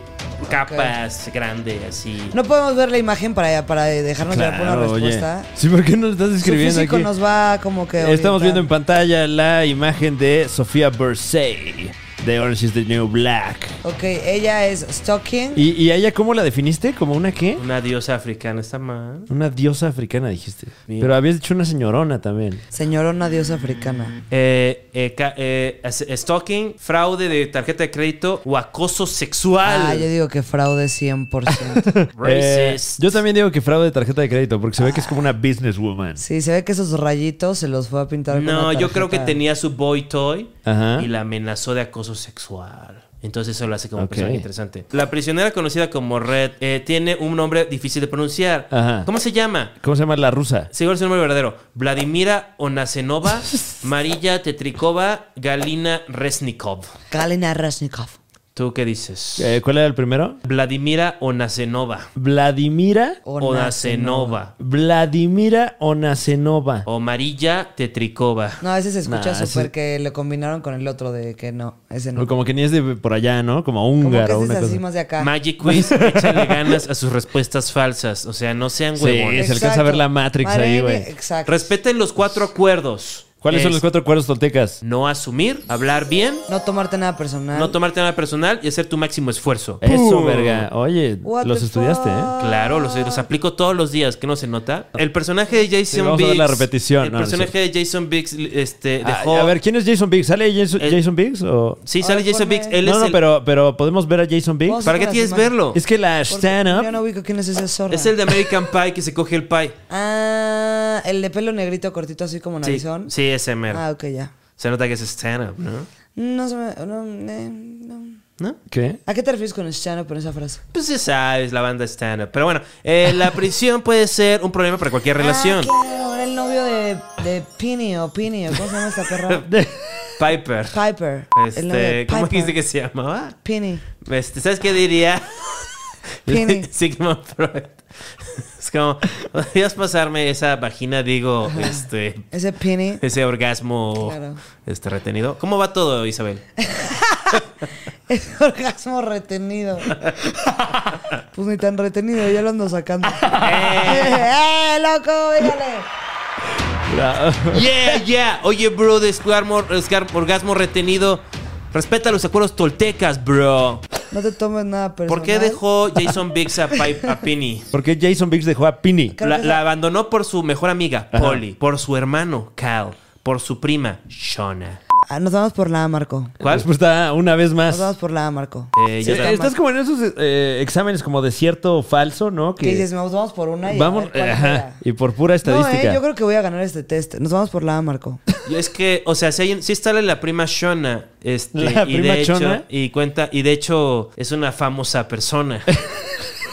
S2: capas grande, así.
S3: No podemos ver la imagen para, para dejarnos llevar por una
S1: Claro, oye.
S3: respuesta.
S1: Sí, ¿por qué nos estás
S3: Su
S1: escribiendo
S3: físico
S1: aquí?
S3: nos va como que.
S1: Estamos
S3: orientar.
S1: viendo en pantalla la imagen de Sofía Bursey. de Orange is the New Black.
S3: Ok, ella es Stocking.
S1: ¿Y, y a ella cómo la definiste? ¿Como una qué?
S2: Una diosa africana está mal.
S1: Una diosa africana, dijiste.
S2: Bien.
S1: Pero habías dicho una señorona también.
S3: Señorona diosa africana.
S2: Eh, eh, ca- eh, as- stalking, fraude de tarjeta de crédito o acoso sexual.
S3: Ah, yo digo que fraude 100%.
S2: [laughs]
S1: Eh,
S2: Racist.
S1: yo también digo que fraude de tarjeta de crédito, porque se ve que es como una businesswoman.
S3: sí, se ve que esos rayitos se los fue a pintar con
S2: No,
S3: una
S2: yo creo que
S3: tarjeta.
S2: tenía su boy toy
S1: Ajá.
S2: y la amenazó de acoso sexual. Entonces eso lo hace como
S1: Ok.
S2: personaje interesante. La prisionera conocida como Red eh, tiene un nombre difícil de pronunciar.
S1: Ajá.
S2: ¿Cómo se llama?
S1: ¿Cómo se llama la rusa?
S2: Sigo su nombre verdadero. Vladimira
S1: [laughs]
S2: Onasenova, Marilla Tetrikova, Galina Resnikov.
S3: Galina Resnikov.
S2: ¿Tú qué dices?
S1: Eh, ¿Cuál era el primero?
S2: Vladimira Onasenova.
S1: Vladimira.
S2: Onasenova.
S1: Vladimira Onasenova.
S2: O Marilla Tetrikova.
S3: No, ese se escucha
S1: Nah,
S3: súper
S1: ese-
S3: que lo combinaron con el otro de que no, ese no.
S1: O Como que ni es de por allá, ¿no? Como
S3: Como que
S1: húngaro.
S3: ese es
S1: una
S3: así
S1: cosa.
S3: más de acá.
S1: [laughs]
S2: Magic Quiz, échale ganas a sus respuestas falsas. O sea, no sean
S1: Sí.
S2: huevones.
S1: se alcanza a ver la Matrix ahí, güey.
S3: Exacto.
S2: Respeten los cuatro acuerdos.
S1: ¿Cuáles son
S2: Es
S1: los cuatro cuerdos toltecas?
S2: No asumir, hablar bien,
S3: no tomarte nada personal.
S2: no tomarte nada personal y hacer tu máximo esfuerzo.
S1: Ah. Eso,
S2: ¡Pum!
S1: verga. Oye,
S3: What
S1: los
S3: the
S1: estudiaste, ¿eh?
S3: fuck?
S2: Claro, los, los aplico todos los días, que no se nota. El personaje de Jason
S1: Sí, vamos a ver
S2: Biggs.
S1: la repetición.
S2: El
S1: No, no es
S2: personaje de Jason Biggs este,
S1: Ah,
S2: dejó.
S1: a ver, ¿quién es Jason Biggs? ¿Sale Jason,
S2: Eh,
S1: Jason Biggs? O...
S2: Sí, sale
S3: Ay,
S2: Jason
S3: ponme.
S2: Biggs. Él
S1: no,
S2: es
S1: no,
S2: el-
S1: pero, pero ¿podemos ver a Jason Biggs?
S3: Vamos
S2: ¿Para qué
S3: Las
S2: tienes
S3: imágenes.
S2: verlo?
S1: Es que la
S3: Porque Yo no
S1: stand-up...
S3: ubico quién es ese zorra.
S2: Es el de American Pie que se coge el pie.
S3: Ah, el de pelo negrito cortito así como
S2: Sí,
S3: narizón.
S2: sí, ese mero.
S3: Ah, ok, ya.
S2: Se nota que es stand-up, ¿no?
S3: No se me... No, eh, no.
S2: ¿No?
S1: ¿Qué?
S3: ¿A qué te refieres con stand-up en esa frase?
S2: Pues ya sabes, la banda stand-up. Pero bueno, eh, la prisión puede ser un problema para cualquier relación.
S3: Ah, claro, era el novio de, de Pini o Pini o cómo se llama esta
S2: [laughs]
S3: perra.
S2: Piper.
S3: Piper. el novio de
S2: Este, ¿Cómo
S3: Piper.
S2: dice que se llamaba?
S3: Pini.
S2: Este, ¿Sabes qué diría? [laughs]
S3: Pini.
S2: Sigmund Freud. [laughs] Es como, podrías pasarme esa vagina, digo, este,
S3: Ese Pini.
S2: ese orgasmo
S3: Claro.
S2: este, retenido. ¿Cómo va todo, Isabel? [laughs]
S3: Es [laughs] orgasmo
S1: [laughs]
S3: retenido. Pues ni tan retenido, ya lo
S1: [laughs]
S3: ando sacando. [laughs] ¡Eh, loco! Dígale.
S2: Yeah, yeah. Oye, bro, de escarmo- escar- orgasmo retenido. Respeta los acuerdos toltecas, bro.
S3: No te tomes nada personal.
S2: ¿Por qué dejó Jason Biggs a, Pi- a Pini?
S1: Porque Jason Biggs dejó a Pini.
S3: Creo
S2: La,
S3: que es
S2: la
S3: la-
S2: abandonó por su mejor amiga,
S1: Ajá.
S2: Polly, por su hermano, Cal, por su prima, Shona.
S3: Ah, nos vamos por la A, Marco.
S2: ¿Cuál?
S1: Respuesta una vez
S3: Nos vamos
S1: más.
S3: por la A, Marco.
S2: Eh,
S1: Sí,
S2: yo también.
S1: estás como en esos eh, exámenes como de cierto o falso, ¿no?
S3: ¿Qué dices?
S1: Que
S3: Nos vamos por una y a
S1: vamos
S3: ver cuál
S1: ajá,
S3: queda.
S1: y por pura estadística.
S3: No, eh, yo creo que voy a ganar este test. Nos vamos por la A, Marco. [laughs]
S2: Y es que, o sea, si, hay, un- si está la prima Shona, este,
S1: ¿La
S2: y
S1: prima
S2: de hecho,
S1: Shona?
S2: y cuenta, y de hecho es una famosa persona, [laughs]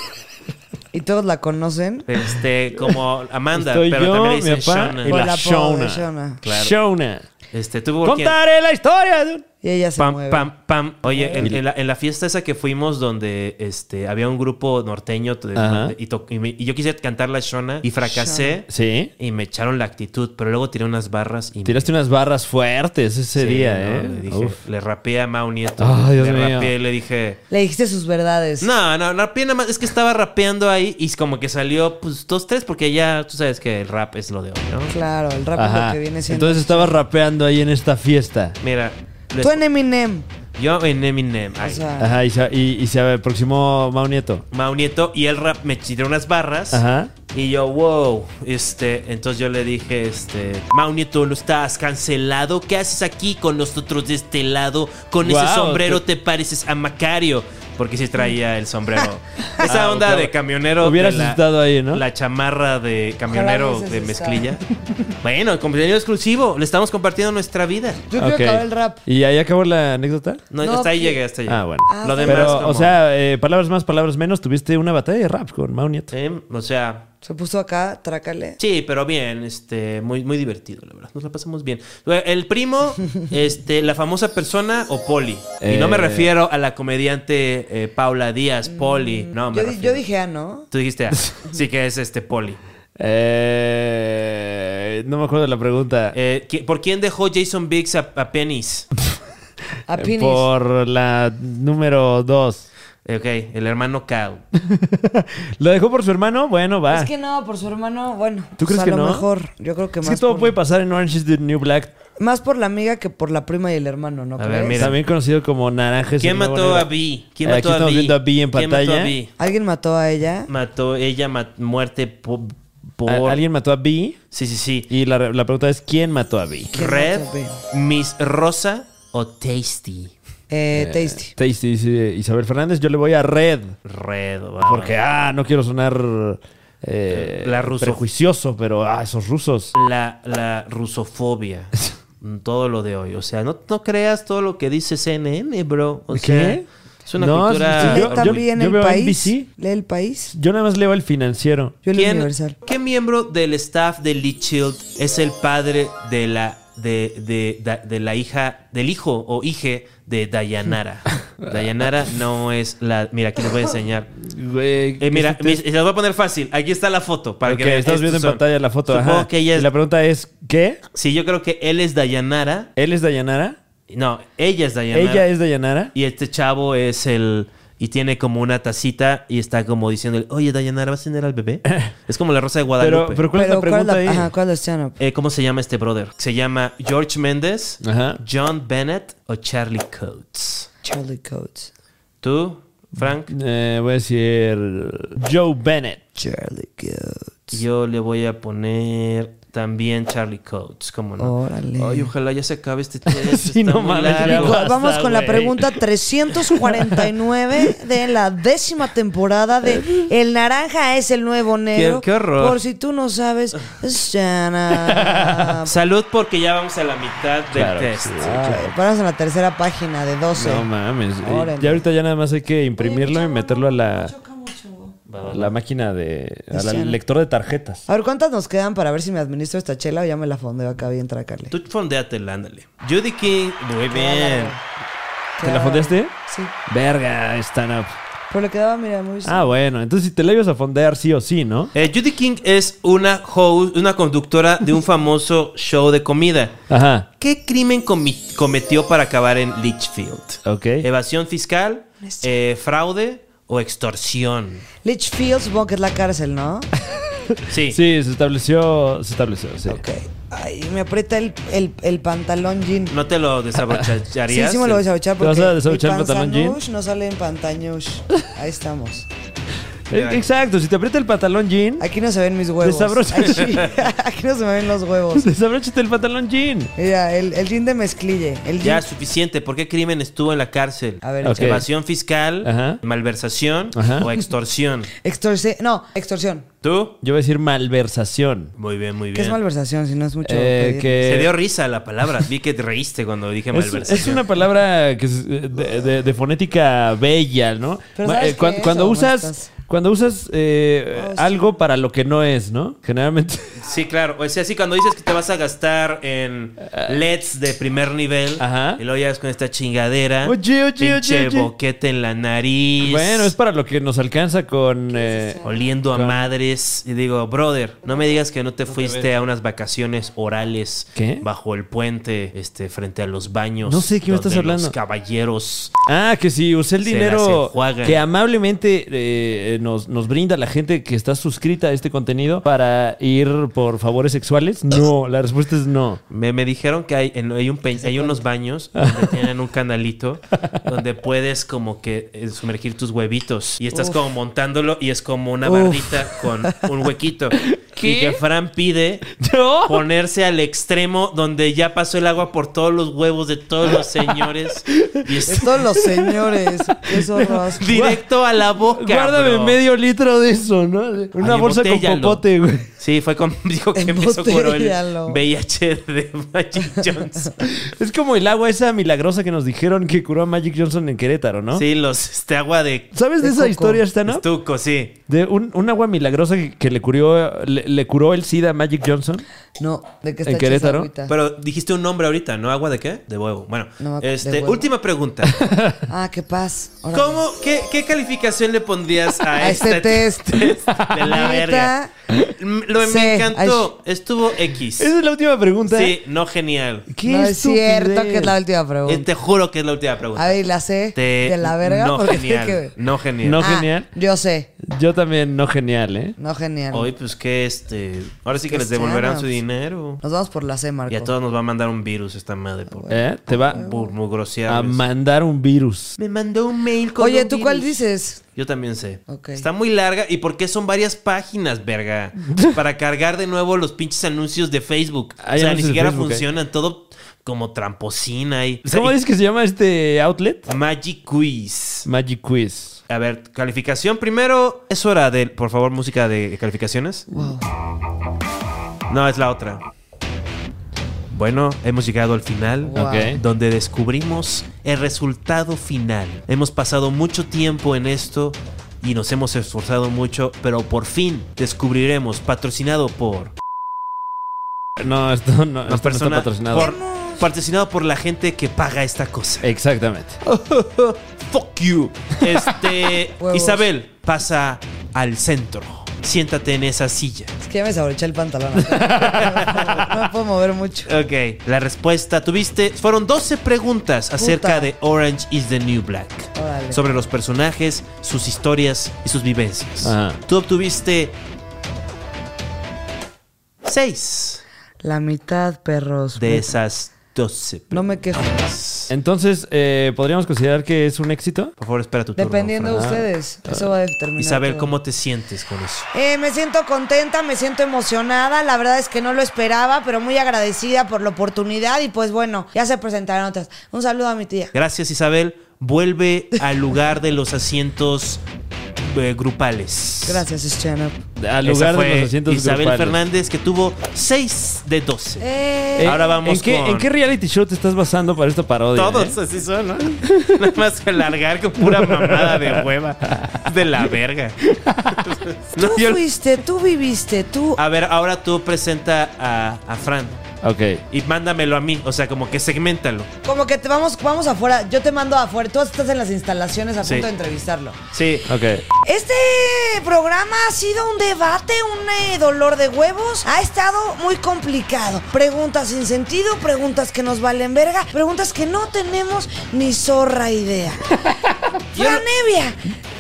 S3: Y todos la conocen.
S2: este, como Amanda,
S1: Estoy
S2: pero
S1: yo,
S2: también le
S1: mi
S2: dicen
S1: papá
S2: Shona.
S1: y
S3: Por el
S1: la
S3: apodo de
S1: Shona.
S3: Shona.
S2: Claro.
S1: Shona.
S2: Este, tuvo
S1: Contaré la historia. de un-
S3: Y ella se
S2: Pam,
S3: mueve.
S2: pam, pam. Oye, en, en la, en la fiesta esa que fuimos donde este, había un grupo norteño de-
S1: Ajá.
S2: y, to- y me- y yo quise cantar la Shona y fracasé
S1: Sí.
S2: y me echaron la actitud, pero luego tiré unas barras y... me-
S1: Tiraste unas barras fuertes ese
S2: Sí,
S1: día,
S2: ¿no?
S1: ¿eh?
S2: Le, dije-
S1: Uf.
S2: le rapeé a Mao Nieto.
S1: Ay, Dios
S2: le
S1: mío.
S2: rapeé y le dije...
S3: Le dijiste sus verdades.
S2: No, no, rapeé nada más. Es que estaba rapeando ahí y como que salió, pues, dos, tres, porque ya tú sabes que el rap es lo de hoy, ¿no?
S3: Claro, el rap es lo
S1: Ajá.
S3: que viene siendo.
S1: Entonces estabas rapeando ahí en esta fiesta.
S2: Mira, les-
S3: Tú en Eminem.
S2: yo en Eminem.
S3: O
S2: ay.
S3: sea,
S1: Ajá, y se, y- y se aproximó Mao Nieto.
S2: Mao Nieto y el rap me tiró unas barras.
S1: Ajá.
S2: Y yo, wow, este, entonces yo le dije, este, Mau Nieto, no estás cancelado, ¿qué haces aquí con nosotros de este lado? Con ese
S1: Guau,
S2: sombrero te... pareces a Macario, porque sí traía
S1: [laughs]
S2: el sombrero. Esa
S1: Ah,
S2: onda
S1: claro.
S2: de camionero.
S1: Hubieras
S2: de la-
S1: estado ahí, ¿no?
S2: La chamarra de camionero
S3: hubieses
S2: de
S3: estado.
S2: mezclilla. bueno, contenido exclusivo, le estamos compartiendo nuestra vida.
S3: yo quiero
S1: Ok.
S3: acabar el rap.
S1: ¿Y ahí acabó la anécdota?
S2: No,
S3: No,
S2: hasta ahí
S3: que-
S2: llegué, hasta ahí.
S1: Ah, bueno.
S3: Ah,
S2: Lo
S3: sí.
S2: demás,
S1: Pero,
S2: como-
S1: o sea, eh, palabras más, palabras menos, tuviste una batalla de rap con Mao Nieto.
S2: ¿eh? o sea,
S3: Se puso acá, trácale.
S2: Sí, pero bien, este, muy, muy divertido, la verdad. Nos la pasamos bien. El
S3: [laughs]
S2: primo, este, la famosa persona o Poli. Y no me
S1: Eh.
S2: refiero a la comediante eh, Paula Díaz, Poli. No, me
S3: Mm, yo, di-
S2: refiero-
S3: yo dije ah, ¿no?
S2: Tú dijiste, ah, sí que es este Poli.
S1: Eh, no me acuerdo de la pregunta.
S2: Eh, ¿qui- ¿Por quién dejó Jason Biggs a, a Penis?
S3: A
S1: Eh,
S3: Pinis.
S1: Por la número
S3: [laughs]
S1: dos.
S2: Eh, Ok, el hermano Cal.
S1: ¿Lo dejó por su hermano? Bueno, va.
S3: Es que no, por su hermano, bueno.
S1: ¿Tú
S3: pues
S1: crees
S3: a
S1: que
S3: lo
S1: no?
S3: mejor. Yo creo que
S1: Es
S3: más.
S1: que todo
S3: por-
S1: puede pasar en Orange is the New Black.
S3: Más por la amiga que por la prima y el hermano, ¿no
S2: A ver,
S3: crees?
S2: mira.
S1: También conocido como Naranjes.
S2: ¿Quién
S1: Este el nuevo
S2: mató
S1: negro.
S2: a Vi? ¿Quién
S1: Eh,
S2: mató
S1: Aquí
S2: a
S1: estamos
S2: Vi?
S1: viendo a Vi en
S2: ¿Quién mató a
S1: pantalla.
S2: Vi?
S3: ¿Alguien mató a ella?
S2: Mató, ella mat- muerte po- por...
S1: A- Alguien mató a Vi.
S2: Sí, sí, sí.
S1: Y la, la pregunta es: ¿quién mató a Vi?
S3: ¿Quién
S2: Red,
S3: mató a Vi?
S2: Miss Rosa o Tasty.
S3: Eh, Tasty.
S1: Tasty dice Isabel Fernández. Yo le voy a Red.
S2: Red,
S1: Porque, ah, no quiero sonar. eh,
S2: La ruso.
S1: Prejuicioso, pero, ah, esos rusos.
S2: La, la
S1: [laughs]
S2: rusofobia. Todo lo de hoy. O sea, no, no creas todo lo que dice CNN, bro. O
S1: ¿Qué?
S2: sea, es una
S1: No,
S2: cultura...
S1: sí,
S3: Lee
S1: yo-
S3: también
S1: yo
S3: el
S1: veo
S3: país.
S1: NBC.
S3: Lee el país.
S1: Yo nada más leo el financiero.
S3: Yo leo
S2: ¿Quién-
S3: Universal.
S2: ¿Qué miembro del staff de Lee Child es el padre de la de, de- da- de la hija del hijo o hije
S1: [laughs]
S2: de Dayanara? Dayanara no es la. Mira, aquí les voy a enseñar.
S1: Güey.
S2: Eh, mira,
S1: este-
S2: mis- se las voy a poner fácil. Aquí está la foto para
S1: Ok,
S2: que vean.
S1: estás
S2: Estos
S1: viendo en
S2: son.
S1: pantalla la foto.
S2: Supongo
S1: Ajá.
S2: que ella
S1: Y
S2: es-
S1: la pregunta es: ¿qué?
S2: Sí, yo creo que él es Dayanara.
S1: ¿Él es Dayanara?
S2: No, ella es Dayanara.
S1: ¿Ella es Dayanara?
S2: Y este chavo es el. Y tiene como una tacita y está como diciendo, oye, Dayanara, ¿vas a tener
S1: [laughs]
S2: al bebé? es como la rosa de Guadalupe.
S1: Pero, pero ¿cuál es la
S3: Pero, ¿cuál es
S1: pregunta
S3: la-
S1: ahí?
S3: Ajá, ¿cuál es la
S2: Eh, ¿Cómo se llama este brother? ¿Se llama George Méndez,
S1: Ajá.
S2: John Bennett o Charlie Coates?
S3: Charlie Coates.
S2: ¿Tú, Frank?
S1: Eh, voy a decir Joe Bennett.
S3: Charlie Coates.
S2: Yo le voy a poner también Charlie Coates, ¿cómo no?
S3: Órale.
S2: Ay, ojalá ya se
S1: [laughs]
S2: acabe este test.
S1: Sí,
S2: está
S1: no
S2: muy
S1: mames, ya
S2: largo.
S1: basta,
S3: Vamos con la
S1: güey.
S3: pregunta 349 de la décima temporada de El Naranja es el nuevo negro.
S2: qué horror.
S3: Por si tú no sabes.
S1: [laughs]
S3: Shana.
S2: Salud porque ya vamos a la mitad del
S1: Claro que
S2: test.
S1: sí.
S3: Ay, Vamos a la tercera página de 12.
S1: No mames. Eh,
S3: Órale.
S1: Ya ahorita ya nada más hay que imprimirlo y meterlo a la, a la máquina de. al lector de tarjetas.
S3: A ver, ¿cuántas nos quedan para ver si me administro esta chela o ya me la fondeo acá bien tracarle?
S2: Tú fondeatela, ándale. Judy King, muy bien.
S1: ¿Te la fondeaste?
S3: Sí.
S1: Verga, stand up.
S3: Pero le quedaba, mira, muy...
S1: Ah, bueno. Entonces si te la ibas a fondear sí o sí, ¿no?
S2: Eh, Judy King es una host, una conductora de un famoso show de comida.
S1: Ajá.
S2: ¿Qué crimen comi- cometió para acabar en Litchfield?
S1: Ok.
S2: ¿Evasión fiscal?
S3: Honesto.
S2: eh, ¿Fraude? ¿O extorsión?
S3: Litchfield, supongo que es la cárcel, ¿no?
S2: Sí.
S1: Sí, se estableció. Se estableció, [laughs] sí.
S3: Ok. Ay, me aprieta el, el, el pantalón jean.
S2: ¿No te lo
S3: Sí,
S2: desabrocharías?
S3: sí me lo voy a desabrochar
S1: ¿Te vas
S3: porque
S1: a desabrochar el
S3: mi
S1: pantalón jean?
S3: panzanush no sale en pantañush. Ahí estamos.
S1: Eh, Exacto. Si te aprieta el pantalón jean,
S3: Aquí no se ven mis huevos.
S1: Desabrocha.
S3: Aquí, [laughs] aquí no se me ven los
S1: [laughs]
S3: huevos.
S1: desabróchate el pantalón jean.
S3: Mira, el, el jean de mezclille. El
S2: Ya,
S3: jean.
S2: suficiente. ¿Por qué crimen estuvo en la cárcel?
S3: A ver,
S1: Ok.
S3: échale.
S2: ¿Evasión fiscal?
S1: Ajá.
S2: ¿Malversación?
S1: Ajá.
S2: ¿O extorsión?
S3: Extorsión. No, extorsión.
S2: ¿Tú?
S1: Yo voy a decir malversación.
S2: Muy bien, muy
S3: ¿Qué es
S2: bien.
S3: malversación si no es mucho?
S1: Eh,
S3: pedir?
S1: que
S2: Se dio risa la palabra. Vi que te reíste cuando dije
S1: es,
S2: malversación.
S1: es una palabra que es de, de- de fonética bella, ¿no?
S3: Pero
S1: Ma-
S3: ¿sabes
S1: eh, cuan-
S3: qué es
S1: cuando
S3: o no
S1: usas
S3: estás?
S1: cuando usas eh,
S3: Oh, sí.
S1: algo para lo que no es, ¿no? Generalmente.
S2: Sí, claro. O sea, sí, cuando dices que te vas a gastar en LEDs de primer nivel,
S1: Ajá.
S2: y luego llegas con esta chingadera,
S1: Oye, oye,
S2: pinche
S1: oye, oye.
S2: boquete en la
S1: [laughs]
S2: nariz,
S1: Bueno, es para lo que nos alcanza con eh,
S2: oliendo a madres. Y digo, brother, no me digas que no te fuiste a unas vacaciones orales
S1: ¿Qué?
S2: bajo el puente, este, frente a los baños.
S1: No sé de qué me
S2: donde
S1: estás hablando.
S2: Los caballeros.
S1: Ah, que si usé el
S2: Se las
S1: dinero
S2: enjuagan.
S1: que amablemente eh, nos, nos brinda la gente que está suscrita a este contenido para ir por favores sexuales. No, la respuesta es no.
S2: Me, me dijeron que hay, en- hay, un pe- hay unos baños
S1: [laughs]
S2: donde tienen un canalito donde puedes como que eh, sumergir tus huevitos y estás como montándolo y es como una barrita con
S1: [laughs]
S2: un huequito. Y que Fran pide
S1: No.
S2: ponerse al extremo donde ya pasó el agua por todos los huevos de todos los señores y es
S3: Es todos
S1: [laughs]
S3: los señores. Eso rasco.
S2: directo a la boca.
S1: Guárdame
S2: bro.
S1: medio litro de eso, ¿no? Una
S2: Ay,
S1: bolsa con
S2: embotéllalo.
S1: popote, güey.
S2: Sí, fue con [laughs] dijo que me socorró el
S3: Embotéllalo.
S2: VIH de Magic Johnson.
S1: Es como el agua esa milagrosa que nos dijeron que curó a Magic Johnson en Querétaro, ¿no?
S2: Sí, los este agua de
S1: ¿Sabes de
S3: De
S1: esa
S3: coco.
S1: historia, Stano?
S2: estuco, sí.
S1: De un, un agua milagrosa que, que le, curó, le, le curó el SIDA a Magic Johnson.
S3: No, ¿de qué
S1: ¿En
S3: está hecha esa
S1: Querétaro?
S3: agüita?
S2: Pero dijiste un nombre ahorita, ¿no? ¿Agua de qué? De huevo. Bueno,
S3: No, de
S2: este,
S3: huevo.
S2: última pregunta.
S3: Ah, qué paz. [laughs] Órale.
S2: ¿Cómo, qué, qué calificación le pondrías a,
S3: [laughs] A
S2: [laughs]
S3: este test.
S2: de la verga?
S3: Neta.
S2: M- Lo,
S3: Sí.
S2: me encantó. Estuvo X.
S1: Esa es la última pregunta.
S2: Sí, no genial.
S1: ¿Qué
S3: no es cierto
S1: estupidez? Este-
S3: que es la última
S2: Eh,
S3: pregunta.
S2: Te juro que es la última pregunta.
S3: A ver, ¿y la sé
S2: Te-
S3: de la verga.
S2: No
S3: Porque [laughs]
S2: genial.
S3: que-
S2: No genial.
S1: No
S3: Ah,
S1: genial.
S3: Yo sé.
S1: Yo también, no genial, ¿eh?
S3: No genial.
S2: Hoy, pues, ¿qué es este. Ahora sí que
S3: Qué
S2: les devolverán
S3: stand-ups.
S2: su dinero.
S3: Nos vamos por la C, Marco.
S2: Y a todos nos va a mandar un virus esta madre por,
S1: ¿Eh? Te va
S2: por
S1: a
S2: mugrosearles.
S1: mandar un virus.
S2: Me mandó un mail con
S3: Oye,
S2: un
S3: ¿tú cuál
S2: virus.
S3: dices?
S2: Yo también sé.
S3: Ok.
S2: Está muy larga. ¿Y por qué son varias
S1: [laughs]
S2: páginas, verga? Para cargar de nuevo los pinches anuncios de Facebook.
S1: Ah,
S2: o
S1: ya
S2: sea,
S1: no
S2: ni
S1: sé de
S2: siquiera
S1: Facebook, ¿eh?
S2: funcionan. Todo como tramposina y. o sea,
S1: ¿Cómo
S2: y-
S1: dices que se llama este outlet?
S2: Magic Quiz.
S1: Magic Quiz.
S2: A ver, calificación primero. Es hora de, por favor, música de calificaciones.
S3: Wow.
S2: No, es la otra. Bueno, hemos llegado al final.
S3: Wow.
S1: Ok.
S2: donde descubrimos el resultado final. Hemos pasado mucho tiempo en esto y nos hemos esforzado mucho, pero por fin descubriremos, patrocinado por...
S1: No, esto no, esto no está
S2: persona-
S1: patrocinado.
S2: por- patrocinado por la gente que paga
S1: [laughs]
S2: esta cosa.
S1: Exactamente.
S2: [laughs] Fuck you. Este...
S3: Huevos.
S2: Isabel, pasa al centro. Siéntate en esa silla.
S3: Es que ya me sabroché el pantalón. [laughs] acá. no me puedo mover mucho.
S2: Ok, la respuesta tuviste. Fueron 12 preguntas acerca de Orange is the New Black.
S3: Órale.
S2: Sobre los personajes, sus historias y sus vivencias.
S1: Ajá.
S2: Tú obtuviste. 6
S3: La mitad, perros. Pues,
S2: de esas 12
S3: No me quejo.
S2: preguntas.
S1: Entonces, eh, ¿podríamos considerar que es un éxito?
S2: Por favor, espera tu turno.
S3: Dependiendo de
S2: Fran.
S3: ustedes. Eso va a determinar.
S2: Isabel,
S3: todo.
S2: ¿cómo te sientes con eso?
S3: Eh, me siento contenta, me siento emocionada. La verdad es que no lo esperaba, pero muy agradecida por la oportunidad. Y pues bueno, ya se presentarán otras. Un saludo a mi tía.
S2: Gracias, Isabel. Vuelve al lugar de los asientos eh, grupales.
S3: Gracias, Shannon.
S1: Al
S2: Esa
S1: lugar
S2: fue
S1: de los asientos
S2: Isabel
S1: grupales.
S2: Fernández que tuvo 6 de 12.
S3: Eh,
S1: Eh,
S2: Ahora vamos
S1: ¿en qué,
S2: con-
S1: ¿En qué reality show te estás basando para esta parodia?
S2: Todos
S1: eh?
S2: así son, ¿no? [laughs] Nada más que largar con pura mamada de hueva. De la
S3: [laughs]
S2: verga. No,
S3: tú
S2: yo-
S3: fuiste, tú viviste, tú.
S2: A ver, ahora tú presenta a, a Fran
S1: Ok.
S2: y mándamelo a mí. O sea, como que segmentalo.
S3: Como que te vamos, vamos afuera. Yo te mando afuera. Tú estás en las instalaciones a
S2: Sí.
S3: punto de entrevistarlo.
S2: Sí.
S1: Ok.
S3: Este programa ha sido un debate, un eh, dolor de huevos. Ha estado muy complicado. Preguntas sin sentido, preguntas que nos valen verga, preguntas que no tenemos ni zorra idea. Fran Evia,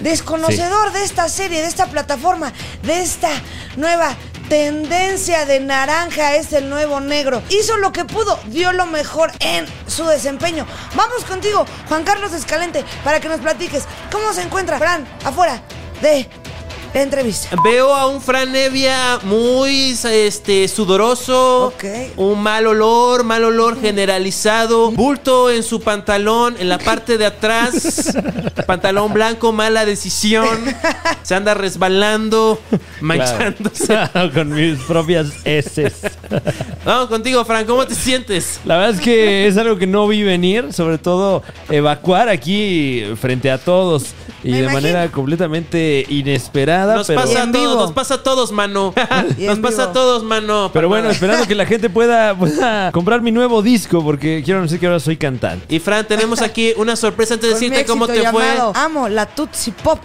S3: desconocedor de esta serie, de esta plataforma, de esta nueva tendencia de naranja es el nuevo negro. Hizo lo que pudo, dio lo mejor en su desempeño. Vamos contigo, Juan Carlos Escalente, para que nos platiques cómo se encuentra Fran afuera de la entrevista.
S2: Veo a un Fran Evia muy este, sudoroso.
S3: Ok.
S2: Un mal olor, mal olor generalizado. Bulto en su pantalón, en la parte de atrás. pantalón blanco, mala
S3: [laughs]
S2: decisión. Se anda resbalando, manchándose.
S1: Claro, [laughs] con mis propias heces.
S2: Vamos contigo, Fran. ¿Cómo te sientes?
S1: La verdad es que es algo que no vi venir, sobre todo evacuar aquí frente a todos y
S3: Me
S1: de
S3: imagino.
S1: manera completamente inesperada,
S2: Nos
S1: pero,
S2: pasa
S3: en
S2: a todos,
S3: vivo.
S2: nos pasa a todos,
S1: [laughs]
S2: mano.
S3: Y
S2: Nos
S3: en
S2: pasa a
S3: vivo.
S2: todos, mano.
S1: pero bueno,
S2: Papada.
S1: esperando que la gente pueda, pueda comprar mi nuevo disco porque quiero decir que ahora soy cantante.
S2: [laughs] Y Fran, tenemos aquí una sorpresa antes de
S3: Con mi
S2: decirte cómo te
S3: éxito
S2: fue.
S3: llamado Amo la Tutsi Pop.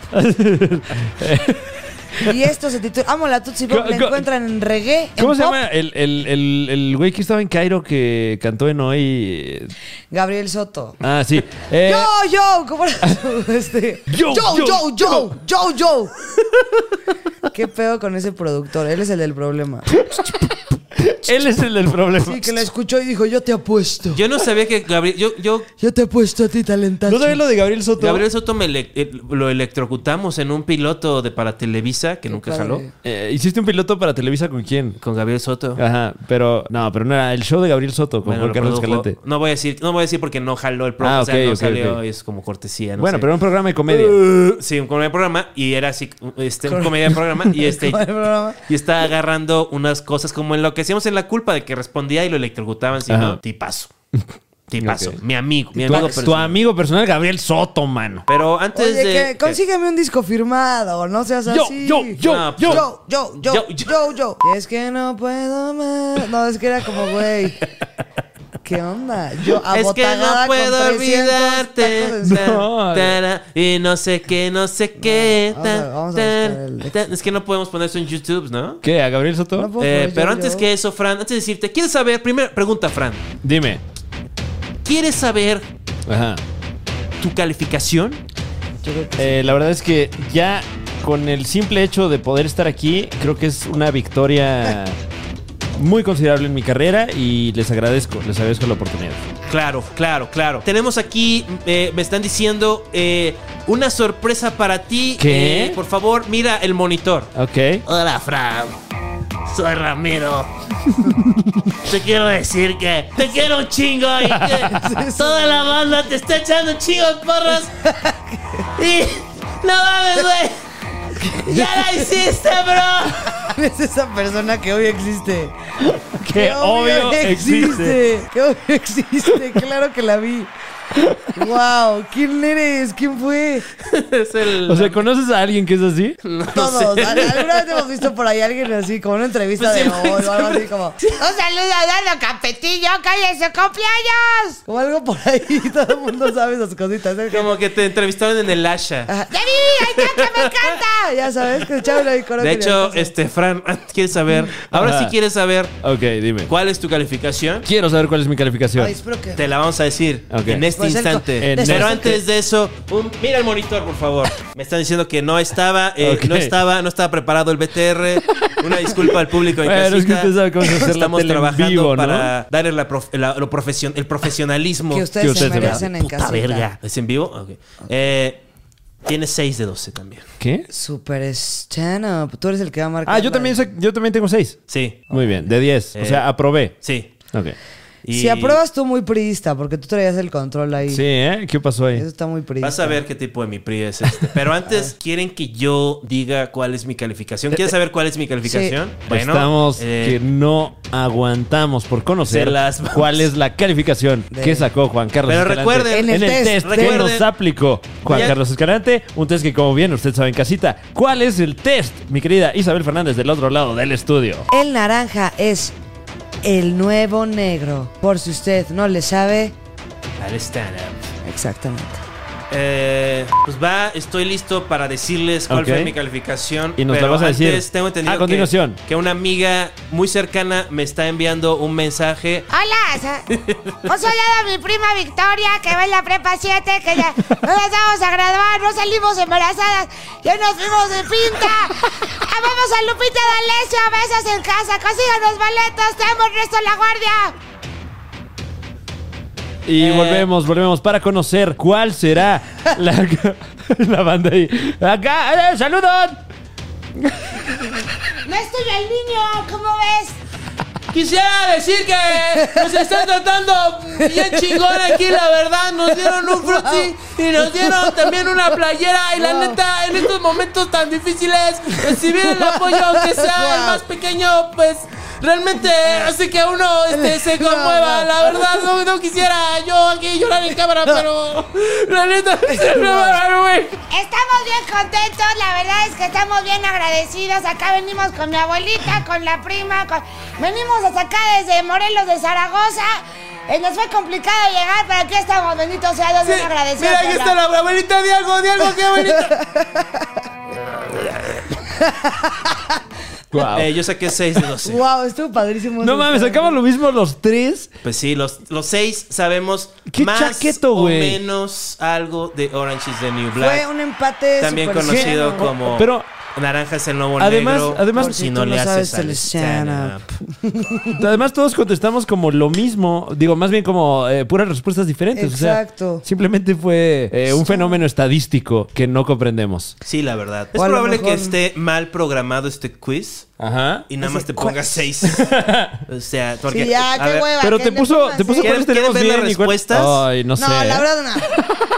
S3: y esto se titula Amo la Tutsi Pop.
S1: Co-
S3: La
S1: co-
S3: encuentran en reggae. en
S1: ¿Cómo se
S3: pop.
S1: llama el, el, el, el güey que estaba en Cairo que cantó en hoy?
S3: Gabriel Soto.
S1: Ah, sí. Eh,
S3: Yo, yo, ¿cómo era [laughs] su, este?
S1: Yo,
S3: Yo,
S1: yo,
S3: yo, yo, yo, yo, [laughs] ¿Qué pedo con ese productor? Él es el del problema.
S1: él es el del problema.
S3: Sí, que la escuchó y dijo, yo te apuesto.
S2: Yo no sabía que Gabriel. Yo, yo,
S3: Yo te apuesto a ti, talentazo.
S1: ¿No sabes lo de Gabriel Soto?
S2: Gabriel Soto me ele- el- lo electrocutamos en un piloto de para Televisa que nunca
S3: padre.
S2: jaló.
S1: Eh, ¿Hiciste un piloto para Televisa con quién?
S2: Con Gabriel Soto.
S1: Ajá, pero no, pero no era el show de Gabriel Soto Ah, con
S2: Bueno,
S1: Juan
S2: lo
S1: Carlos
S2: produjo.
S1: Escalante.
S2: No voy a decir, no voy a decir porque no jaló el programa.
S1: Ah,
S2: o sea,
S1: ok,
S2: no
S1: ok,
S2: salió,
S1: ok.
S2: es como cortesía. no
S1: bueno,
S2: sé.
S1: pero era un programa de comedia.
S2: Sí, un comedia de programa y era así, este, un comedia de programa
S1: [laughs]
S3: [laughs]
S2: y este
S3: Comedia de programa.
S2: y está agarrando unas cosas como en lo que hacíamos en la culpa de que respondía y lo electrocutaban, si
S1: Ajá.
S2: no, tipazo. Tipazo,
S1: Ok.
S2: mi amigo, mi
S1: tu,
S2: amigo
S1: tu
S2: personal.
S1: amigo personal, Gabriel Soto, mano.
S2: Pero antes de
S3: Oye, que consígueme un disco firmado, no seas
S1: Yo,
S3: así.
S1: yo, yo,
S2: No, pues,
S1: yo.
S3: yo, yo, yo,
S2: Yo,
S3: yo,
S2: yo.
S3: yo, Y Es que no puedo más. No, es que era como, güey. ¿Qué onda? Yo
S2: es que no
S3: abotagada con
S2: puedo
S3: 300 tacos
S2: olvidarte.
S3: encima.
S2: ta,
S1: No.
S2: tara, y no sé qué, no sé qué.
S3: No,
S2: ta,
S3: vamos a- vamos a
S2: ta,
S3: buscar el-
S2: ta. Es que no podemos poner eso en YouTube, ¿no?
S1: ¿Qué? ¿A Gabriel Soto?
S3: No puedo
S2: Eh,
S3: creer,
S2: pero
S3: yo,
S2: antes
S3: yo.
S2: que eso, Fran, antes de decirte, ¿quieres saber? Primera pregunta, Fran.
S1: Dime.
S2: ¿Quieres saber
S1: Ajá.
S2: tu calificación?
S3: Yo creo que-
S1: Eh, la verdad es que ya con el simple hecho de poder estar aquí, creo que es una [laughs] victoria muy considerable en mi carrera y les agradezco, les agradezco la oportunidad.
S2: Claro, claro, claro. Tenemos aquí, eh, me están diciendo, eh, una sorpresa para ti.
S1: ¿Qué?
S2: Eh, por favor, mira el monitor.
S1: Ok.
S2: Hola, Fran. Soy [laughs] Ramiro. te quiero decir que te quiero un chingo y [laughs] que toda la banda te está echando un chingo de [laughs] porros. y no mames, güey. Ya la hiciste, bro.
S3: [laughs] Es esa persona que hoy existe.
S1: Que obvio existe.
S3: Que obvio existe. Claro que la vi. Wow, ¿quién eres? ¿Quién fue?
S2: [laughs] es el.
S1: O sea, ¿conoces a alguien que es así?
S3: Todos. ¿Al- Alguna vez hemos visto por ahí a alguien así, como una entrevista
S2: Pues
S3: de
S2: siempre-
S3: hoy o algo así como. Un saludo a Eduardo Campetillo, que hoy es su cumpleaños. O algo por ahí, [laughs] todo el mundo sabe esas cositas. ¿eh?
S2: como que te entrevistaron en el Asha.
S3: Ajá. ¡Ya vi! ¡Ahí está, que me encanta! Ya sabes que Chávez la Coro
S2: De
S3: tiene
S2: hecho,
S3: cosas.
S2: este, Fran, [laughs] ¿quieres saber? Ahora sí
S1: Ajá.
S2: quieres saber
S1: Ok, dime.
S2: cuál es tu calificación.
S1: Quiero saber cuál es mi calificación.
S3: Ay, espero que.
S2: Te la vamos a decir
S1: Ok.
S2: en este
S3: Pues el co-
S2: instante.
S1: en este
S2: Pero
S1: instante.
S2: antes de eso, un- mira el monitor, por favor. Me están diciendo que no estaba, eh,
S1: Ok.
S2: no estaba, no estaba preparado el BTR. Una disculpa al público en
S1: Bueno, es que
S2: casita.
S1: usted sabe cómo es hacer la
S2: Estamos
S1: tele en
S2: trabajando
S1: vivo, ¿no?
S2: para darle la prof- la- lo profesion- el profesionalismo. Ah,
S3: Que ustedes
S1: que
S3: se
S1: ustedes se
S3: merecen en
S2: Puta
S3: casita.
S2: verga. ¿Es en vivo? Ok. Eh, tiene 6 de 12 también.
S1: ¿Qué?
S3: Super stand-up. Tú eres el que va a marcar.
S1: Ah, yo
S3: la-
S1: también, sa- yo también tengo seis.
S2: Sí,
S1: Muy bien, de 10.
S2: Eh.
S1: O sea, aprobé.
S2: sí.
S1: Ok.
S2: Y
S3: Si apruebas tú muy priista, porque tú traías el control ahí.
S1: Sí, ¿eh? ¿Qué pasó
S3: Eso
S1: ahí?
S3: está muy priista.
S2: Vas a ver qué tipo de mi PRI es este.
S1: [laughs]
S2: Pero antes, ¿quieren que yo diga cuál es mi calificación? ¿Quieres saber cuál es mi calificación?
S1: Eh, Pues Estamos
S2: eh,
S1: que no aguantamos por conocer
S2: se las vamos.
S1: cuál es la calificación
S3: De-
S1: que sacó Juan Carlos
S2: Pero
S1: Escalante
S2: recuerden-
S1: en el, test, que
S2: recuerden-
S1: nos aplicó Juan
S2: Ya-
S1: Carlos Escalante. Un test que, como bien usted sabe en casita, ¿cuál es el test? Mi querida Isabel Fernández del otro lado del estudio.
S3: El naranja es el nuevo negro. Por si usted no le sabe.
S2: al stand-up.
S3: Exactamente.
S2: Eh, pues va, estoy listo para decirles cuál
S1: Ok.
S2: fue mi calificación.
S1: Y nos la
S2: pero
S1: vas a decir
S2: antes tengo entendido
S1: a continuación.
S2: Que, que una amiga muy cercana me está enviando un mensaje.
S5: Hola, sa- un saludo a mi prima Victoria que va en la prepa 7, que ya no nos vamos a graduar, no salimos embarazadas, ya nos fuimos de pinta. Amamos a Lupita D'Alessio, besos en casa, consíganos boletos, te amo resto la guardia.
S1: Y
S2: Eh.
S1: volvemos, volvemos para conocer cuál será la, [laughs] la banda ahí. ¡Acá! ¡eh, ¡Saludos!
S5: No es tuyo el niño, ¿cómo ves?
S2: Quisiera decir que nos están tratando bien chingón aquí, la verdad. Nos dieron un frutti y nos dieron también una playera. Y la neta, en estos momentos tan difíciles, recibir el apoyo, aunque sea el más pequeño, pues realmente hace que uno este, se conmueva. La verdad, no, no quisiera yo aquí llorar en cámara, pero la neta, [laughs] se me va a dar, güey.
S5: Estamos bien contentos, la verdad es que estamos bien agradecidos. Acá venimos con mi abuelita, con la prima, con... venimos hasta acá desde Morelos de Zaragoza. Eh, nos fue complicado llegar, pero aquí estamos, bendito sea Dios,
S2: Sí,
S5: bien agradecidos.
S2: Mira, aquí
S5: por
S2: está la abuelita de algo, de algo, qué bonita.
S1: Guau.
S2: Eh, yo saqué 6 de 12.
S3: Wow, estuvo padrísimo.
S1: Eh, No mames, sacamos lo mismo los tres.
S2: Pues sí, los, los seis sabemos
S1: ¿Qué
S2: más
S1: chaqueto,
S2: o
S1: güey?
S2: menos algo de Orange is the New
S3: Fue
S2: Black.
S3: un empate.
S2: también
S3: super
S2: conocido
S3: sano.
S2: como
S1: Pero-
S2: Naranja es el nuevo
S1: Además-
S2: negro.
S1: además-
S2: por si
S3: Si
S2: no
S3: tú
S2: le
S3: no
S2: haces
S3: sabes
S2: al
S3: el stand-up.
S2: stand-up.
S1: Además, todos contestamos como lo mismo. Digo, más bien como eh, puras respuestas diferentes. o sea,
S3: Exacto.
S1: simplemente fue eh, un fenómeno estadístico que no comprendemos.
S2: Sí, la verdad. Es
S3: O a lo
S2: probable que
S3: mejor-
S2: esté mal programado este quiz
S3: [laughs]
S1: Ajá.
S2: y nada más te
S3: ¿cuál?
S2: pongas
S3: [laughs]
S2: seis. o sea, porque
S3: Sí, ya,
S2: a
S3: qué
S2: ver,
S3: hueva.
S1: Pero
S3: que
S1: te
S3: le
S1: puso,
S3: pongan
S1: te puso
S3: así.
S2: ¿Quieren-
S1: cuáles tenemos
S2: quieren ver
S1: bien
S2: las
S1: y cuáles-
S2: respuestas?
S1: Ay, no sé.
S3: No,
S2: ¿eh?
S3: la
S2: [laughs]
S3: verdad no.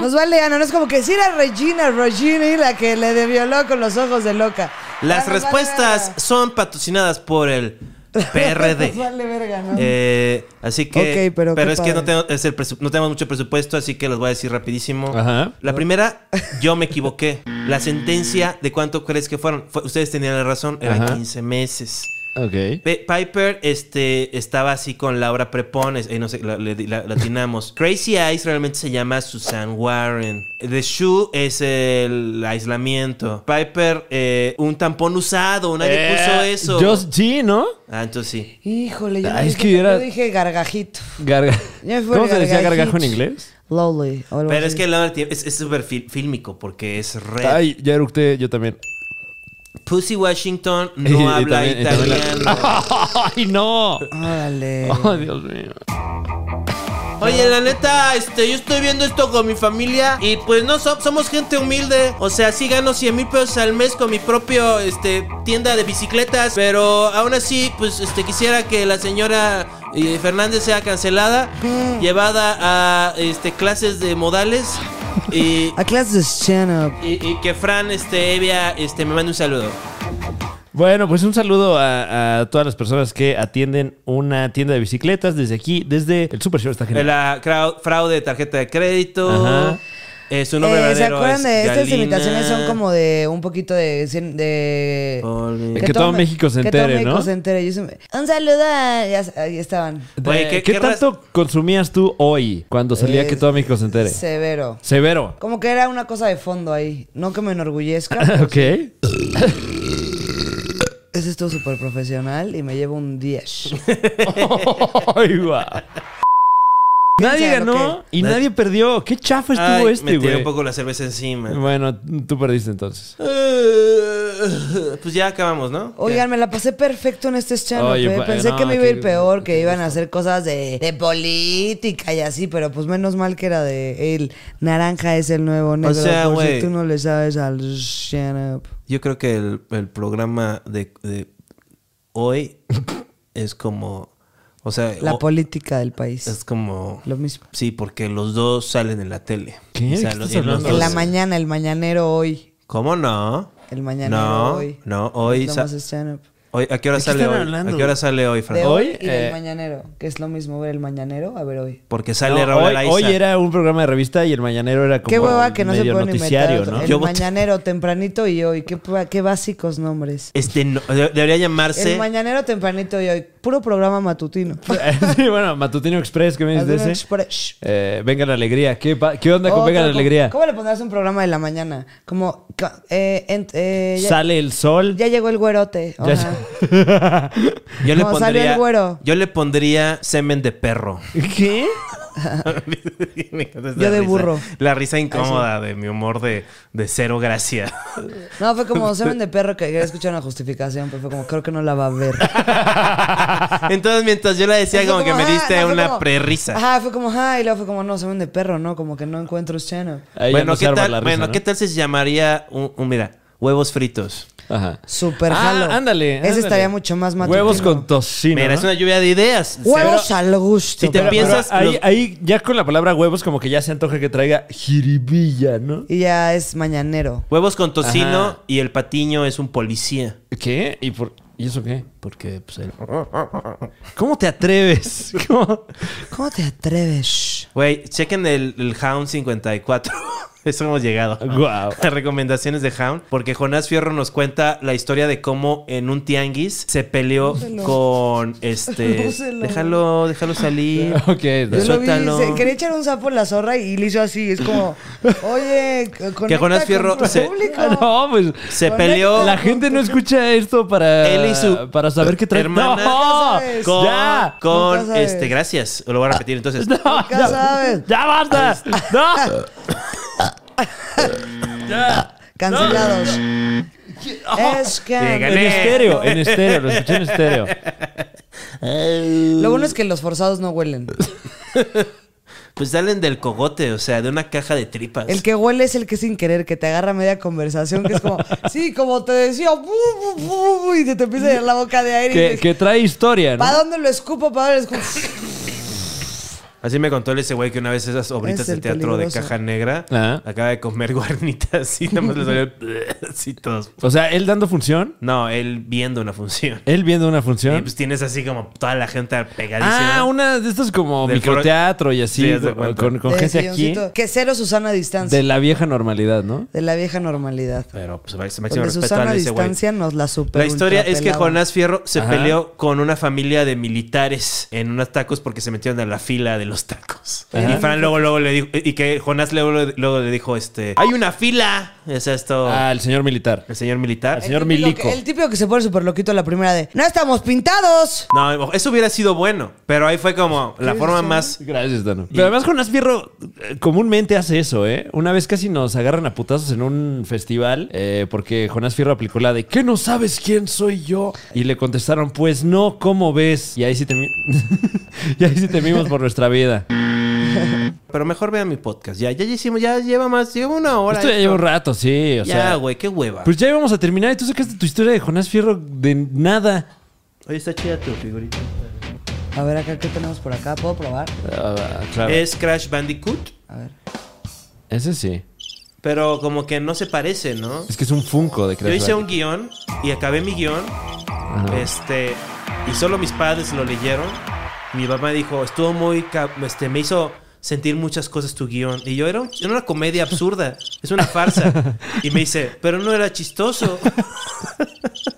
S3: Nos vale, no, no es como que si era Regina Regini la que le devioló con los ojos de loca.
S2: Las
S3: Ya nos vale
S2: respuestas
S3: verga.
S2: son patrocinadas por el
S3: Nos
S2: PRD.
S3: [laughs] vale verga, ¿no?
S2: Eh, así que.
S3: Ok, pero qué
S2: es que no,
S3: padre.
S2: tengo- es el presu- no tenemos mucho presupuesto, así que los voy a decir rapidísimo.
S1: Ajá.
S2: La primera, yo me equivoqué. La sentencia de cuánto crees que fueron. Fue- ustedes tenían la razón, eran
S1: Ajá.
S2: 15 meses.
S1: Ok.
S2: Pe- Piper este, estaba así con Laura Prepones. eh, no sé, la, le- la- la atinamos. [laughs] Crazy Eyes realmente se llama Susan Warren. The Shoe es el aislamiento. Piper, eh, un tampón usado. Nadie
S1: Eh,
S2: puso eso.
S1: Just G, ¿no?
S2: Ah, entonces sí.
S3: Híjole, yo, no
S1: Ay, es
S2: Ah,
S3: dije,
S1: que yo era-
S3: yo dije gargajito.
S1: Garga-
S3: Ya me fue
S1: ¿Cómo se decía
S3: gargajitos.
S1: gargajo en inglés?
S3: Lowly. o algo
S2: Pero es
S3: así.
S2: que la verdad es es súper fí- fílmico porque es red.
S1: Ay, ya eructé yo también.
S2: Pussy Washington
S1: [laughs] Y-
S2: no
S1: y
S2: habla
S1: también- y también la-
S2: italiano.
S1: [laughs] ¡Ay, no!
S3: Órale.
S2: [laughs]
S1: [laughs] ¡Oh, Dios mío!
S2: Oye, la neta, este, yo estoy viendo esto con mi familia y pues no so- somos gente humilde. O sea, sí gano 100 mil pesos al mes con mi propio este, tienda de bicicletas. Pero aún así, pues este, quisiera que la señora eh, Fernández sea cancelada,
S3: Mm.
S2: llevada a este, clases de modales
S3: [laughs]
S2: y,
S3: A clases de stand-up.
S2: y- y que Fran este, Evia este, me mande un saludo.
S1: Bueno, pues un saludo a, a todas las personas que atienden una tienda de bicicletas desde aquí, desde el Super Show está genial.
S2: La crau- fraude de tarjeta de crédito.
S1: Ajá.
S2: Eh, su nombre
S3: Eh, ¿Se
S2: verdadero
S3: acuerdan
S2: es
S3: de estas
S2: Galina.
S3: imitaciones? Son como de un poquito de. cien- de
S2: Oli.
S1: Que todo México se
S3: que todo
S1: entere,
S3: México
S1: ¿no?
S3: se entere. Yo siempre- un saludo. a- ya s- ahí estaban.
S2: Oye,
S1: Eh,
S2: ¿qué-
S1: ¿qué,
S2: qué raz-
S1: tanto consumías tú hoy cuando salía
S3: Eh,
S1: que todo México se entere?
S3: Severo.
S1: Severo. [laughs]
S3: Como que era una cosa de fondo ahí. No que me enorgullezca.
S1: [laughs]
S2: [laughs]
S3: pero
S1: ok.
S3: Ese estuvo súper profesional y me llevo un 10.
S1: Ay, guau. Nadie
S3: Piensa en lo
S1: ganó y nadie perdió. Qué chafa estuvo
S2: Ay,
S1: este,
S2: me tiré
S1: güey.
S2: un poco la cerveza encima.
S1: Bueno, tú perdiste entonces.
S2: Eh, Pues ya acabamos, ¿no?
S3: Oigan, me la pasé perfecto en este stand
S1: Oye, pa-
S3: Pensé
S1: no,
S3: que me iba a ir
S1: qué-
S3: peor, que iban a hacer cosas de, de política y así, pero pues menos mal que era de el naranja es el nuevo negro.
S2: sea,
S3: por si
S2: güey.
S3: tú no le sabes al stand up.
S2: Yo creo que el, el programa de, de
S1: [laughs]
S2: hoy es como. O sea,
S3: La
S2: o-
S3: política del país.
S2: es como.
S3: lo mismo.
S2: Sí, porque los dos salen en la tele.
S1: ¿Qué?
S2: O sea,
S1: ¿Qué
S2: los-
S1: estás
S2: y los
S1: hablando?
S3: En la
S2: dos-
S3: mañana, el mañanero hoy.
S2: ¿Cómo no?
S3: El mañanero
S2: No,
S3: hoy.
S2: no, hoy
S3: Es lo
S2: sa-
S3: más stand-up.
S2: hoy ¿A qué hora
S1: ¿De qué
S2: sale
S1: están
S2: hoy?
S1: hablando?
S2: ¿A qué hora sale hoy,
S3: De
S2: Fran?
S1: hoy,
S3: hoy, y
S1: eh,
S3: del mañanero, que es lo mismo ver el mañanero, a ver hoy.
S2: Porque sale
S1: No,
S2: Raúl
S1: hoy,
S2: Aiza.
S1: hoy era un programa de revista y el mañanero era como
S3: Qué hueva que no se
S1: medio
S3: pueden
S1: noticiario,
S3: inventar
S1: ¿no?
S3: el
S2: Yo voté-
S3: mañanero tempranito y hoy. Qué, pu- qué básicos nombres.
S2: Este, no- de- debería llamarse.
S3: El mañanero tempranito y hoy. Puro programa matutino.
S1: [laughs] sí, bueno, Matutino Express, ¿qué me
S3: Hazme
S1: dices
S3: un
S1: de ese?
S3: express.
S1: Eh, venga la alegría. ¿Qué, pa- qué onda con
S3: Otro,
S1: Venga la
S3: Oh, ¿cómo-
S1: alegría?
S3: ¿Cómo le pondrás un programa de la mañana? Como, ca- eh, en- eh, ya,
S1: Sale el sol.
S3: ya llegó el güerote.
S1: Ya-
S3: ajá.
S2: Yo le
S3: No, salió
S2: pondría.
S3: el güero.
S2: Yo le pondría semen de
S3: [laughs]
S2: perro. [laughs]
S1: ¿Qué?
S2: Me encanta esa
S3: Yo de
S2: risa.
S3: burro.
S2: La risa incómoda de mi humor de, de cero
S3: [laughs]
S2: gracia.
S3: No, fue como semen
S2: [laughs]
S3: de perro que quería escuchar una justificación, pero fue como, creo que no la va a ver.
S2: Entonces, mientras yo la decía,
S3: Fue
S2: como, que me
S3: ah,
S2: diste
S3: no, fue
S2: una
S3: Ah. como-
S2: prerrisa.
S3: Ajá, fue como, ajá, y luego fue como, no, se ven de perro, ¿no? Como que no encuentro stand-up.
S1: Ahí ya
S2: Bueno,
S1: no se
S2: ¿qué
S1: arma
S2: tal,
S1: la risa,
S2: bueno
S1: ¿no?
S2: ¿qué tal se llamaría un, un- mira, huevos fritos?
S1: Ajá.
S3: Super
S1: Ah,
S3: jalo.
S1: ándale.
S3: Ese
S1: ándale.
S3: estaría mucho más matutino.
S1: Huevos con tocino.
S2: mira,
S1: ¿no?
S2: es una lluvia de ideas.
S3: Huevos
S2: Pero-
S3: al gusto.
S2: Si te
S1: Pero
S3: papá.
S2: piensas-
S1: ahí,
S2: los-
S1: ahí ya con la palabra huevos como que ya se antoja que traiga jiribilla, ¿no?
S3: Y ya es mañanero.
S2: Huevos con tocino
S1: Ajá.
S2: y el patiño es un policía.
S1: ¿Qué? ¿Y, por, ¿y eso qué?
S2: Porque, pues, el-
S1: ¿Cómo te atreves? [laughs] ¿Cómo?
S3: ¿Cómo te atreves?
S2: Güey, chequen el, el Hound 54. [laughs] Eso hemos llegado.
S1: Guau. [laughs]
S2: Las [laughs] recomendaciones de Hound. Porque Jonás Fierro nos cuenta la historia de cómo en un tianguis se peleó
S3: [laughs]
S2: con este.
S3: Úselo.
S2: Déjalo, déjalo salir.
S1: [laughs] Ok, da-
S3: Yo lo vi,
S2: Suéltalo.
S3: se- quería echar un sapo a la zorra y le hizo así.
S2: [laughs]
S3: Es como, oye,
S2: Que
S3: que
S2: Jonás Fierro
S3: con tu
S2: se-
S3: público.
S1: Ah, No, pues
S2: Se
S3: Conecta.
S2: peleó.
S1: la gente no escucha esto para
S2: Él y su
S1: para saber qué trae.
S2: hermana.
S1: no,
S3: Ya sabes.
S2: Con,
S1: ya.
S2: con,
S3: Nunca sabes.
S2: este, gracias. Lo voy a repetir
S1: [laughs]
S2: entonces.
S1: No,
S3: Ya sabes.
S1: ya basta. No. ya.
S3: Cancelados. Es que...
S2: Llegan.
S1: En
S2: Gané.
S1: estéreo, en estéreo, lo escuché en estéreo.
S3: Lo bueno es que los forzados no huelen.
S2: Pues salen del cogote, o sea, de una caja de tripas.
S3: El que huele es el que sin querer, que te agarra media conversación, que es como, [laughs] sí, como te decía, bu, bu, bu, bu", y se te empieza a llenar la boca de aire. y
S1: Que,
S3: dices,
S1: que trae historia, ¿no?
S3: ¿Para dónde lo escupo? ¿Para dónde lo escupo?
S2: Así me contó ese güey que una vez esas obritas
S3: Es
S2: de
S3: el
S2: teatro de
S3: peligroso.
S2: caja negra
S1: Ajá.
S2: acaba de comer [laughs] guarnitas y nada más le
S3: [laughs]
S2: salió [laughs] así todos.
S1: O sea, él dando función,
S2: No, él viendo una función.
S1: él viendo una
S2: Y
S1: función.
S2: pues tienes así como toda la gente pegadísima.
S1: Ah, una de estas como
S2: Del
S1: microteatro y así,
S2: Sí, haz de
S1: con,
S2: cuenta.
S1: con- con
S3: De
S1: gente aquí
S3: silloncito. Que cero Susana a distancia.
S1: de la vieja normalidad, ¿no?
S3: De la vieja normalidad.
S2: Pero pues máximo
S3: Donde
S2: respeto
S3: Susana a
S2: a ese güey.
S3: distancia nos la super
S2: La historia
S3: ultra
S2: es que
S3: pelaba.
S2: Jonás Fierro se
S1: Ajá.
S2: peleó con una familia de militares en unos tacos porque se metieron a la fila del los tacos. Y Fran luego, luego le dijo, y que Jonás luego, luego le dijo, este, hay una fila. Es esto,
S1: Ah, el señor militar.
S2: el señor militar.
S1: al señor
S3: típico
S1: Milico.
S3: que- el típico que se pone súper loquito a la primera de ¡No estamos pintados!
S2: No, eso hubiera sido bueno, pero ahí fue como la forma más...
S1: Gracias, Dano. Pero además Jonás Fierro eh, comúnmente hace eso, ¿eh? Una vez casi nos agarran a putazos en un festival eh, porque Jonás Fierro aplicó la de ¿Qué no sabes quién soy yo? Y le contestaron, pues no, ¿cómo ves? Y ahí sí, temi- [laughs] y ahí sí temimos por nuestra
S2: [laughs]
S1: vida.
S2: Pero mejor vean mi podcast. Ya, ya hicimos, ya lleva más, lleva una hora.
S1: Esto ya lleva un rato, sí, o
S2: Ya,
S1: sea...
S2: güey, qué hueva.
S1: Pues ya íbamos a terminar y tú sacaste tu historia de Jonás Fierro de nada.
S2: Oye, está chida tu figurita.
S4: A ver, acá, ¿qué tenemos por acá? ¿Puedo probar?
S1: Ah, claro.
S2: Es Crash Bandicoot,
S4: A ver.
S1: Ese sí.
S2: pero como que no se parece, ¿no?
S1: Es que es un Funko de
S2: Yo
S1: Crash
S2: hice un
S1: Bandicoot.
S2: guión y acabé mi guión.
S1: Ajá.
S2: Este, y solo mis padres lo leyeron. Mi mamá dijo, estuvo muy... ca- Este, me hizo sentir muchas cosas tu guión. Y yo, era, un- era una comedia absurda. [laughs] Es una farsa. Y me dice, pero no era chistoso.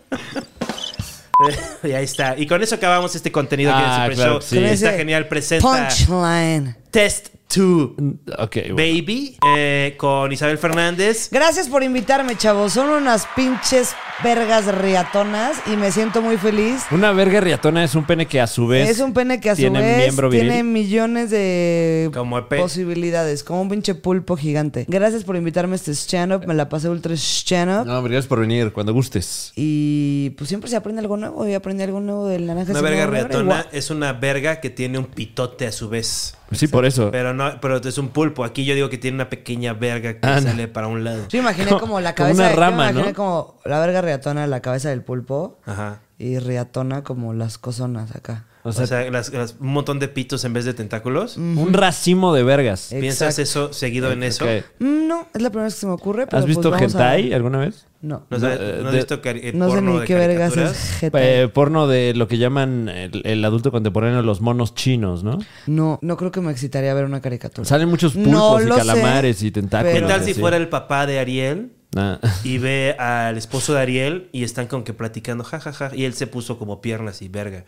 S2: [laughs] y ahí está. Y con eso acabamos este contenido que
S1: Ah,
S2: es el Super
S1: claro
S2: Show.
S1: que sí. Con
S2: Está
S3: ese
S2: genial. Presenta
S3: Punchline.
S2: Test 2
S1: Ok, bueno.
S2: Baby eh, con Isabel Fernández.
S3: Gracias por invitarme, chavos. Son unas pinches vergas riatonas y me siento muy feliz.
S1: Una verga riatona es un pene que a su vez.
S3: Es un pene que a su
S1: tiene
S3: vez
S1: miembro viril.
S3: tiene millones de
S2: Como el pe-
S3: posibilidades, como un pinche pulpo gigante. Gracias por invitarme a este stand-up, me la pasé ultra stand-up.
S1: No, hombre, gracias por venir, cuando gustes.
S3: Y pues siempre se aprende algo nuevo. Yo aprendí algo nuevo del naranja.
S2: Una
S3: Sin
S2: verga
S3: Sabor,
S2: reatona
S3: igual.
S2: es una verga que tiene un pitote a su vez.
S1: Sí, por eso.
S2: Pero no, pero es un pulpo. Aquí yo digo que tiene una pequeña verga que
S1: Ah, no.
S2: sale para un lado.
S3: Yo imaginé como, la
S1: como
S3: cabeza.
S1: una
S3: yo
S1: rama,
S3: imaginé
S1: ¿no?
S3: como la verga reatona, la cabeza del pulpo.
S2: Ajá.
S3: Y reatona como las cozonas acá.
S1: O
S2: O
S1: sea,
S2: sea, las- las- un montón de pitos en vez de tentáculos.
S1: un racimo de vergas.
S3: Eh,
S2: ¿Piensas
S3: Mm, exacto.
S2: eso seguido en eso?
S1: Ok.
S3: Mm, no, es la primera vez que se me ocurre. Pero
S1: ¿Has visto
S3: pues, vamos a-
S1: hentai alguna vez?
S3: No.
S1: No,
S2: ¿No, sabes-
S1: eh,
S2: no has
S1: de-
S2: visto cari-
S3: No sé
S2: porno
S3: ni
S2: de
S3: qué vergas
S2: caricaturas?
S3: es hentai.
S1: Eh, porno de lo que llaman el, el adulto contemporáneo los monos chinos, ¿no?
S3: No, no creo que me excitaría ver una caricatura.
S1: Salen muchos
S3: No
S1: pulpos
S3: lo
S1: y
S3: sé,
S1: calamares y tentáculos.
S2: ¿Qué
S3: pero-
S2: tal
S1: y
S2: si
S1: así.
S2: fuera el papá de Ariel
S1: Ah.
S2: y ve al esposo de Ariel y están como que platicando, jajaja, y él se puso como piernas y verga.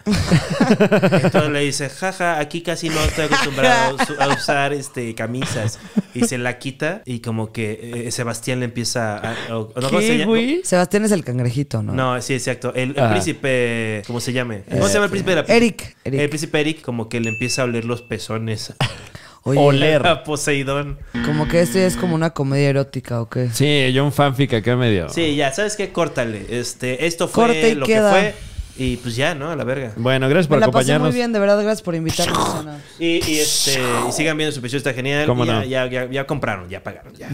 S2: Entonces le dice, jaja, aquí casi no estoy acostumbrado a su- a usar este camisas. Y se la quita y como que eh, Sebastián le empieza a... a- o- no, ¿cómo se
S1: ¿Qué,
S2: llama?
S1: güey?
S3: Sebastián es el cangrejito, ¿no?
S2: No, sí, exacto. El, el
S1: Ajá.
S2: príncipe, ¿cómo se llame? ¿Cómo se llama el príncipe de la
S3: Eric, Eric.
S2: El príncipe Eric como que le empieza a oler los pezones
S3: Oye,
S1: Oler.
S2: a Poseidón.
S3: como que este es como una comedia erótica o qué.
S1: Sí, yo un fanfic acá medio.
S2: Sí, ya, ¿sabes qué? Córtale. Este, esto fue
S3: Corte y
S2: lo
S3: queda.
S2: que fue. Y pues ya, ¿no? A la verga.
S1: Bueno, gracias por
S3: Me la pasé
S1: acompañarnos.
S3: muy bien, de verdad, gracias por invitarme. Susana.
S2: Y, y, este, y sigan viendo su pecho, está genial.
S1: ¿Cómo
S2: Y ya,
S1: no?
S2: ya, ya, ya compraron, ya pagaron, ya.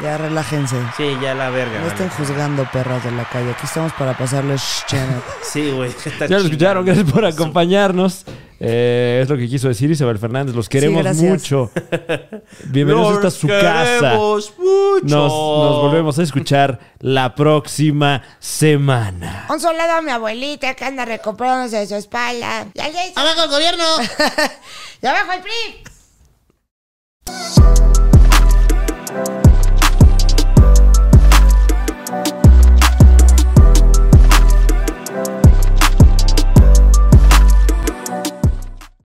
S3: Ya relájense.
S2: Sí, ya la verga.
S3: No
S2: mano.
S3: estén juzgando perros de la calle. Aquí estamos para pasarles chena.
S2: Sí, güey. [laughs] está
S1: Ya lo escucharon,
S2: chingando.
S1: gracias por acompañarnos. Eh, es lo que quiso decir Isabel Fernández. Los queremos
S3: gracias.
S2: [laughs]
S1: mucho. Bienvenidos
S2: Los
S1: a esta su casa.
S2: queremos mucho.
S1: Nos, nos volvemos a escuchar la próxima semana.
S5: Un saludo a mi abuelita que anda recuperándose de su [laughs] espalda. Y alguien dice,
S4: ¡Abajo el gobierno!
S5: ¡Y abajo el PRI!